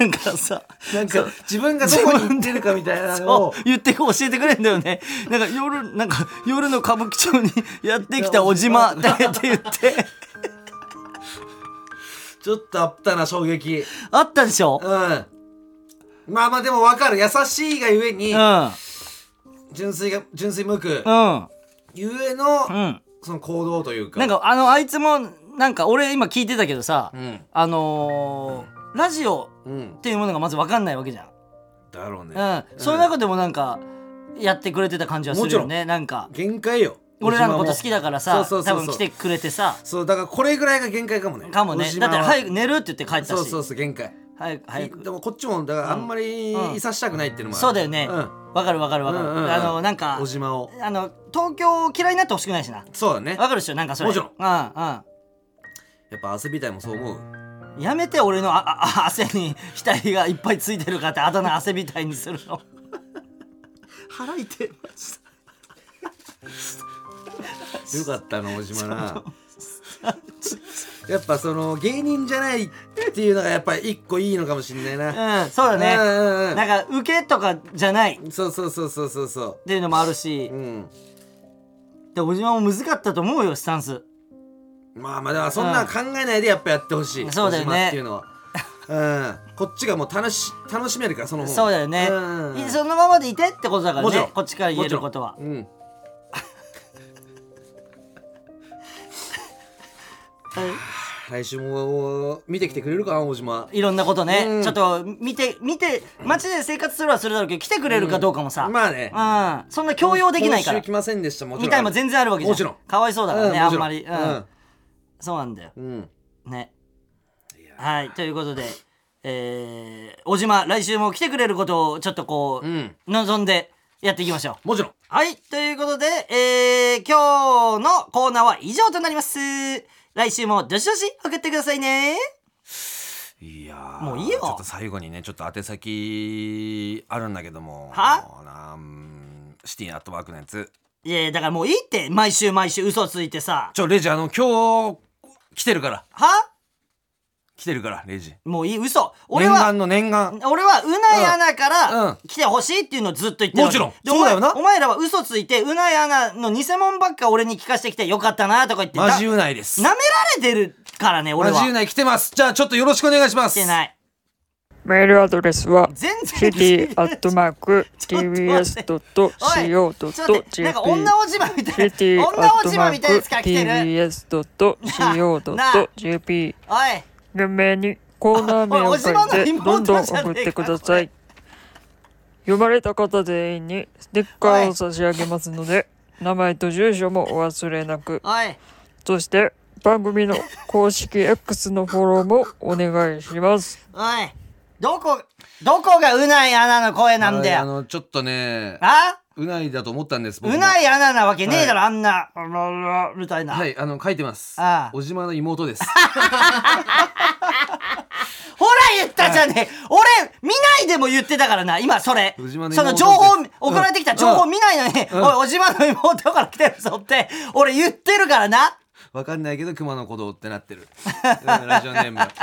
[SPEAKER 1] なんかさ
[SPEAKER 2] なんか自分がどこに行ってるかみたいなの
[SPEAKER 1] そ
[SPEAKER 2] を
[SPEAKER 1] う言って教えてくれんだよねなんか夜なんか夜の歌舞伎町に [LAUGHS] やってきたおじまってって言って
[SPEAKER 2] ちょっとあったな衝撃
[SPEAKER 1] あったでしょ
[SPEAKER 2] うん。まあまあでも分かる優しいがゆえに
[SPEAKER 1] うんうん
[SPEAKER 2] 純粋が純粋無垢
[SPEAKER 1] うん
[SPEAKER 2] ゆえの
[SPEAKER 1] うん
[SPEAKER 2] その行動というか
[SPEAKER 1] なんかあのあいつもなんか俺今聞いてたけどさ
[SPEAKER 2] うん
[SPEAKER 1] あのーラジオ
[SPEAKER 2] うん
[SPEAKER 1] っていうものがまず分かんないわけじゃん
[SPEAKER 2] だろうね
[SPEAKER 1] うん、その中でもなんかやってくれてた感じはするよ
[SPEAKER 2] も
[SPEAKER 1] ねなんか
[SPEAKER 2] 限界よ
[SPEAKER 1] 俺らのこと好きだからさ
[SPEAKER 2] そうそうそうそう
[SPEAKER 1] 多分来てくれてさ
[SPEAKER 2] そうだからこれぐらいが限界かもね
[SPEAKER 1] かもね
[SPEAKER 2] 小島
[SPEAKER 1] だっ
[SPEAKER 2] は
[SPEAKER 1] て早く寝るって言って帰ったし
[SPEAKER 2] そうそうそう限界
[SPEAKER 1] 早く早
[SPEAKER 2] い
[SPEAKER 1] く
[SPEAKER 2] でもこっちもだからあんまり
[SPEAKER 1] うん
[SPEAKER 2] いさしたくないっていうのもある
[SPEAKER 1] そうだよね
[SPEAKER 2] うん
[SPEAKER 1] わかるわかるわかる、
[SPEAKER 2] うんうんうん
[SPEAKER 1] あのなんか
[SPEAKER 2] 小島を
[SPEAKER 1] あの東京嫌いになってほしくないしな
[SPEAKER 2] そうだね
[SPEAKER 1] わかるでしょなんかそれ
[SPEAKER 2] もちろん
[SPEAKER 1] う
[SPEAKER 2] やっぱ汗みたいもそう思うん
[SPEAKER 1] うんやめて俺のあああ汗に額がいっぱいついてるかってあだ名汗みたいにする
[SPEAKER 2] [LAUGHS]
[SPEAKER 1] の
[SPEAKER 3] 腹痛いまし
[SPEAKER 2] よかったな小島な [LAUGHS] やっぱその芸人じゃないっていうのがやっぱ一個いいのかもしんないな
[SPEAKER 1] うんそうだね
[SPEAKER 2] うんうんうん
[SPEAKER 1] なんか受けとかじゃないっ
[SPEAKER 2] そうそうそうそうそうそ
[SPEAKER 1] ていうのもあるし
[SPEAKER 2] ううん
[SPEAKER 1] で小島も難かったと思うよスタンス
[SPEAKER 2] まあまあだからそんなの考えないでやっぱやってほしい、
[SPEAKER 1] うんそうだよね
[SPEAKER 2] 小島っていうのはうんこっちがもう楽し楽しめるからその方が
[SPEAKER 1] そうだよね
[SPEAKER 2] うん
[SPEAKER 1] いそのままでいてってことだから
[SPEAKER 2] もちろん
[SPEAKER 1] ねこっちから言えることは
[SPEAKER 2] もちろんうん
[SPEAKER 1] はい
[SPEAKER 2] 来週も見てきてくれるかな大島
[SPEAKER 1] いろんなことね、
[SPEAKER 2] うん
[SPEAKER 1] ちょっと見て見て街で生活するはするだろうけど来てくれるかどうかもさ、
[SPEAKER 2] まあね
[SPEAKER 1] うんそんな強要できないから
[SPEAKER 2] 今週来ませんでしたもちろん
[SPEAKER 1] みたいも全然あるわけじゃん
[SPEAKER 2] もちろん
[SPEAKER 1] かわいそうだからね、
[SPEAKER 2] う
[SPEAKER 1] あ
[SPEAKER 2] も
[SPEAKER 1] ん
[SPEAKER 2] ちろ
[SPEAKER 1] まり、うんそうなんだよ
[SPEAKER 2] うん、うん、
[SPEAKER 1] ねはいということでえー、小島来週も来てくれることをちょっとこう、
[SPEAKER 2] うん
[SPEAKER 1] 望んでやっていきましょう
[SPEAKER 2] もちろん
[SPEAKER 1] はい、ということで、えー、今日のコーナーは以上となります。来週もどしどし送ってくださいね。
[SPEAKER 2] いやー
[SPEAKER 1] もういいよ
[SPEAKER 2] ちょっと最後にねちょっと宛先あるんだけども
[SPEAKER 1] は
[SPEAKER 2] もうなうんシティアットワークのやつ
[SPEAKER 1] いやいやだからもういいって、毎週毎週嘘ついてさ。
[SPEAKER 2] ちょレジあの今日来てるから
[SPEAKER 1] は
[SPEAKER 2] 来てるからレジ
[SPEAKER 1] もういい嘘。俺
[SPEAKER 2] 念
[SPEAKER 1] は、
[SPEAKER 2] 願の念願
[SPEAKER 1] 俺はうなやなか
[SPEAKER 2] うんう
[SPEAKER 1] ら
[SPEAKER 2] ん
[SPEAKER 1] 来てほしいっていうのをずっと言ってるわけ
[SPEAKER 2] もち
[SPEAKER 1] で
[SPEAKER 2] ろん
[SPEAKER 1] お前
[SPEAKER 2] そうだよな
[SPEAKER 1] お前らは嘘ついて、うなやなの偽物ばっか俺に聞かせてきてよかったなとか言って、
[SPEAKER 2] マジ
[SPEAKER 1] な
[SPEAKER 2] うないです
[SPEAKER 1] 舐められてるからね、俺
[SPEAKER 2] マ
[SPEAKER 1] は。
[SPEAKER 2] ジうない来てますじゃあちょっとよろしくお願いします
[SPEAKER 1] してない。
[SPEAKER 5] メールアドレスは
[SPEAKER 1] 全然 [LAUGHS] おいちょっと待ってなんか
[SPEAKER 5] city.tbs.co.jp
[SPEAKER 1] 女おじまみたいな [LAUGHS] 女おじまみたいなやつから来てる
[SPEAKER 5] city.tbs.co.jp
[SPEAKER 1] おい
[SPEAKER 5] 連名にコーナー名を書いてどんどん送ってください読まれた方全員にステッカーを差し上げます
[SPEAKER 1] [LAUGHS]
[SPEAKER 5] ので名前と住所もお忘れなく
[SPEAKER 1] おい
[SPEAKER 5] そして番組の公式 X のフォローもお願いします
[SPEAKER 1] おいどこどこがうないアナの声なんだ
[SPEAKER 2] はいあ
[SPEAKER 1] よ
[SPEAKER 2] のちょっとね
[SPEAKER 1] あ
[SPEAKER 2] うないだと思ったんです僕
[SPEAKER 1] う
[SPEAKER 2] も
[SPEAKER 1] ないアナなわけねえだろあんなあららみたいな
[SPEAKER 2] はいあの書いてます
[SPEAKER 1] ああ
[SPEAKER 2] おじまの妹です
[SPEAKER 1] ほら言ったじゃねえ俺見ないでも言ってたからな今それ
[SPEAKER 2] 藤間の妹
[SPEAKER 1] その情報
[SPEAKER 2] です
[SPEAKER 1] 送られてきた
[SPEAKER 2] うん
[SPEAKER 1] 情報見ないのにおいおじまの妹から来てるぞって俺言ってるからな
[SPEAKER 2] わかんないけど熊の鼓動ってなってるうんラジオネームが [LAUGHS]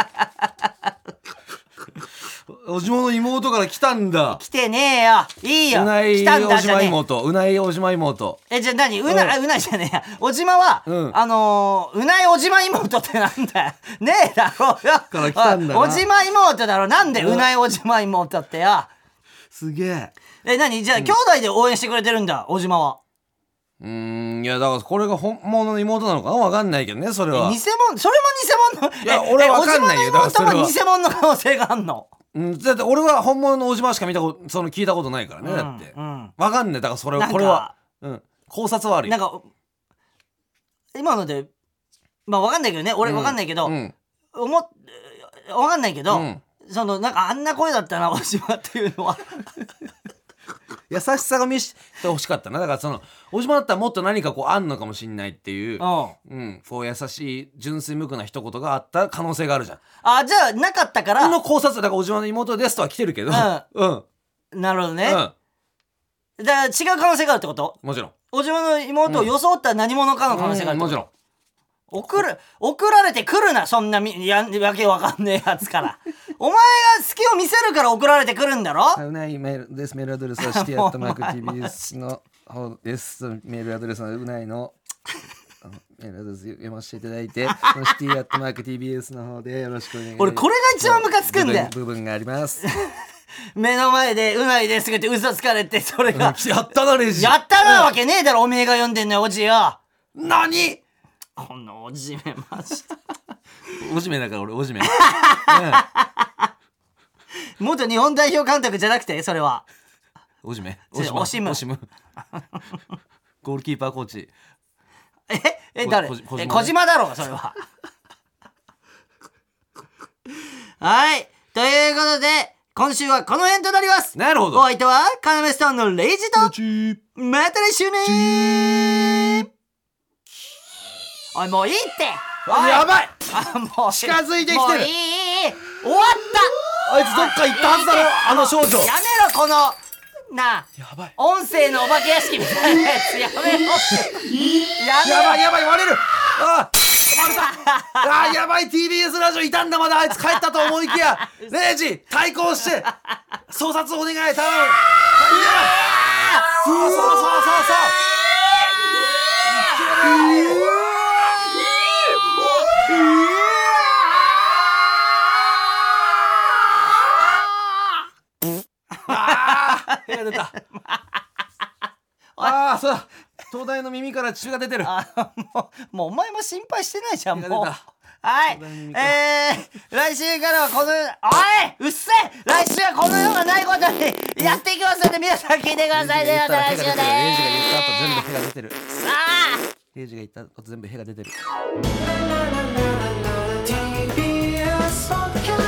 [SPEAKER 2] おじまの妹から来たんだ
[SPEAKER 1] 来てねえよいいよ
[SPEAKER 2] うない
[SPEAKER 1] 来たん
[SPEAKER 2] お
[SPEAKER 1] だ
[SPEAKER 2] じ
[SPEAKER 1] じゃ
[SPEAKER 2] ま
[SPEAKER 1] ねえ
[SPEAKER 2] 妹うないおじま妹
[SPEAKER 1] えじゃあ何うな、あうなじゃねえやおじまは、
[SPEAKER 2] うん
[SPEAKER 1] あのーうないおじま妹ってなんだよ [LAUGHS] ねえだろうよ
[SPEAKER 2] から来たんだな
[SPEAKER 1] おいおじま妹だろなんでうないおじま妹ってよ
[SPEAKER 2] すげえ
[SPEAKER 1] え何じゃあ、兄弟で応援してくれてるんだおじまは
[SPEAKER 2] うーんいやだからこれが本物の妹なのかなわかんないけどねそれ
[SPEAKER 1] え偽
[SPEAKER 2] は
[SPEAKER 1] 物それも偽物の
[SPEAKER 2] いや
[SPEAKER 1] え
[SPEAKER 2] 俺わかんないよ
[SPEAKER 1] えおじま
[SPEAKER 2] だから
[SPEAKER 1] の
[SPEAKER 2] それ
[SPEAKER 1] 妹も
[SPEAKER 2] は
[SPEAKER 1] 偽物の可能性があんの
[SPEAKER 2] うんだって俺は本物のおじましか見たことその聞いたことないからね、だって
[SPEAKER 1] うん
[SPEAKER 2] わかんないだからそれ
[SPEAKER 1] なん
[SPEAKER 2] は
[SPEAKER 1] か
[SPEAKER 2] これは、うん、考察はある
[SPEAKER 1] な
[SPEAKER 2] よ
[SPEAKER 1] んか今のでまあわかんないけどね俺わかんないけど、
[SPEAKER 2] うん
[SPEAKER 1] 思っわかんないけど、
[SPEAKER 2] うん
[SPEAKER 1] そのなんかあんな声だったなおじまっていうの
[SPEAKER 2] [LAUGHS]
[SPEAKER 1] は
[SPEAKER 2] 優しさが見せてほしかったなだからそのおじまだったらもっと何かこうあんのかもしんないっていう、
[SPEAKER 1] うん
[SPEAKER 2] うん、こう優しい純粋無垢な一言があった可能性があるじゃん。
[SPEAKER 1] あ、じゃあ、なかったか
[SPEAKER 2] あ
[SPEAKER 1] ら。
[SPEAKER 2] の考察だからおじまの妹ですとは来てるけど、
[SPEAKER 1] う
[SPEAKER 2] うん、
[SPEAKER 1] なるほどね。
[SPEAKER 2] うん、
[SPEAKER 1] だから違う可能性があるってこと
[SPEAKER 2] もちろん。
[SPEAKER 1] おじまの妹を装った何者かの可能性があ
[SPEAKER 2] う
[SPEAKER 1] るってこ
[SPEAKER 2] んも
[SPEAKER 1] と
[SPEAKER 2] ちろん。
[SPEAKER 1] 送る、送られてくるな、そんなみ、や、わけわかんねえやつから。 [LAUGHS] お前が隙を見せるから送られてくるんだろ
[SPEAKER 2] うないメールです。メールアドレスはシティアットマーク TBS の方です。メールアドレスはうないの。あのメールアドレス読ませていただいて、そのシティアットマーク TBS の方でよろしくお願いします。
[SPEAKER 1] 俺、これが一番ムカつくんだよ。
[SPEAKER 2] 部分があります。
[SPEAKER 1] 目の前で、うないですって嘘つかれて、それが。
[SPEAKER 2] やったなレジ。
[SPEAKER 1] やったなわけねえだろ、おめえが読んでんのよ、おじよ。
[SPEAKER 2] 何？
[SPEAKER 1] このおじめ、マジで。
[SPEAKER 2] おじめだから俺おじめ。
[SPEAKER 1] 元日本代表監督じゃなくて、それは。
[SPEAKER 2] おじめ。
[SPEAKER 1] 違うおしむ
[SPEAKER 2] お
[SPEAKER 1] [LAUGHS]
[SPEAKER 2] しむ。ゴールキーパーコーチ。
[SPEAKER 1] ええ誰
[SPEAKER 2] こじこじ
[SPEAKER 1] え
[SPEAKER 2] ま
[SPEAKER 1] 小島だろうがそれは
[SPEAKER 2] [LAUGHS]
[SPEAKER 1] はいということで今週はこの辺となります
[SPEAKER 2] なるほど
[SPEAKER 1] お相手はカナメストーンのレイジとまた来週ねおいもういいっておい
[SPEAKER 2] やばい。
[SPEAKER 1] あもう近
[SPEAKER 2] づいてきてる
[SPEAKER 1] もういいいいいい終わっ
[SPEAKER 2] あいつどっか行ったはずだろあの少女
[SPEAKER 1] たやめろこのなあ
[SPEAKER 2] やばい
[SPEAKER 1] 音声のお化け屋敷みたいなやつやめろやめろ
[SPEAKER 2] やばいやばい割れるああ割れたあやばい TBS ラジオいたんだまだあいつ帰ったと思いき [LAUGHS] やレイジ対抗して捜察お願い頼むいやそうそうそうそういけるあー手が出 [LAUGHS] たああそうだ東大の耳から血が出てる
[SPEAKER 1] あもうもうお前も心配してないじゃん
[SPEAKER 2] 手が
[SPEAKER 1] もう
[SPEAKER 2] 出た
[SPEAKER 1] はい。えー、来週からはこの、おいうっせえ来週はこのようなないことにやっていきますので、皆さん聞いてくださいね。また来週
[SPEAKER 2] レイジが言った
[SPEAKER 1] ね。
[SPEAKER 2] 後全部ヘが出てる
[SPEAKER 1] さあ
[SPEAKER 2] レイジが言った後全部ヘが出てる
[SPEAKER 6] TBS ポッドキャスト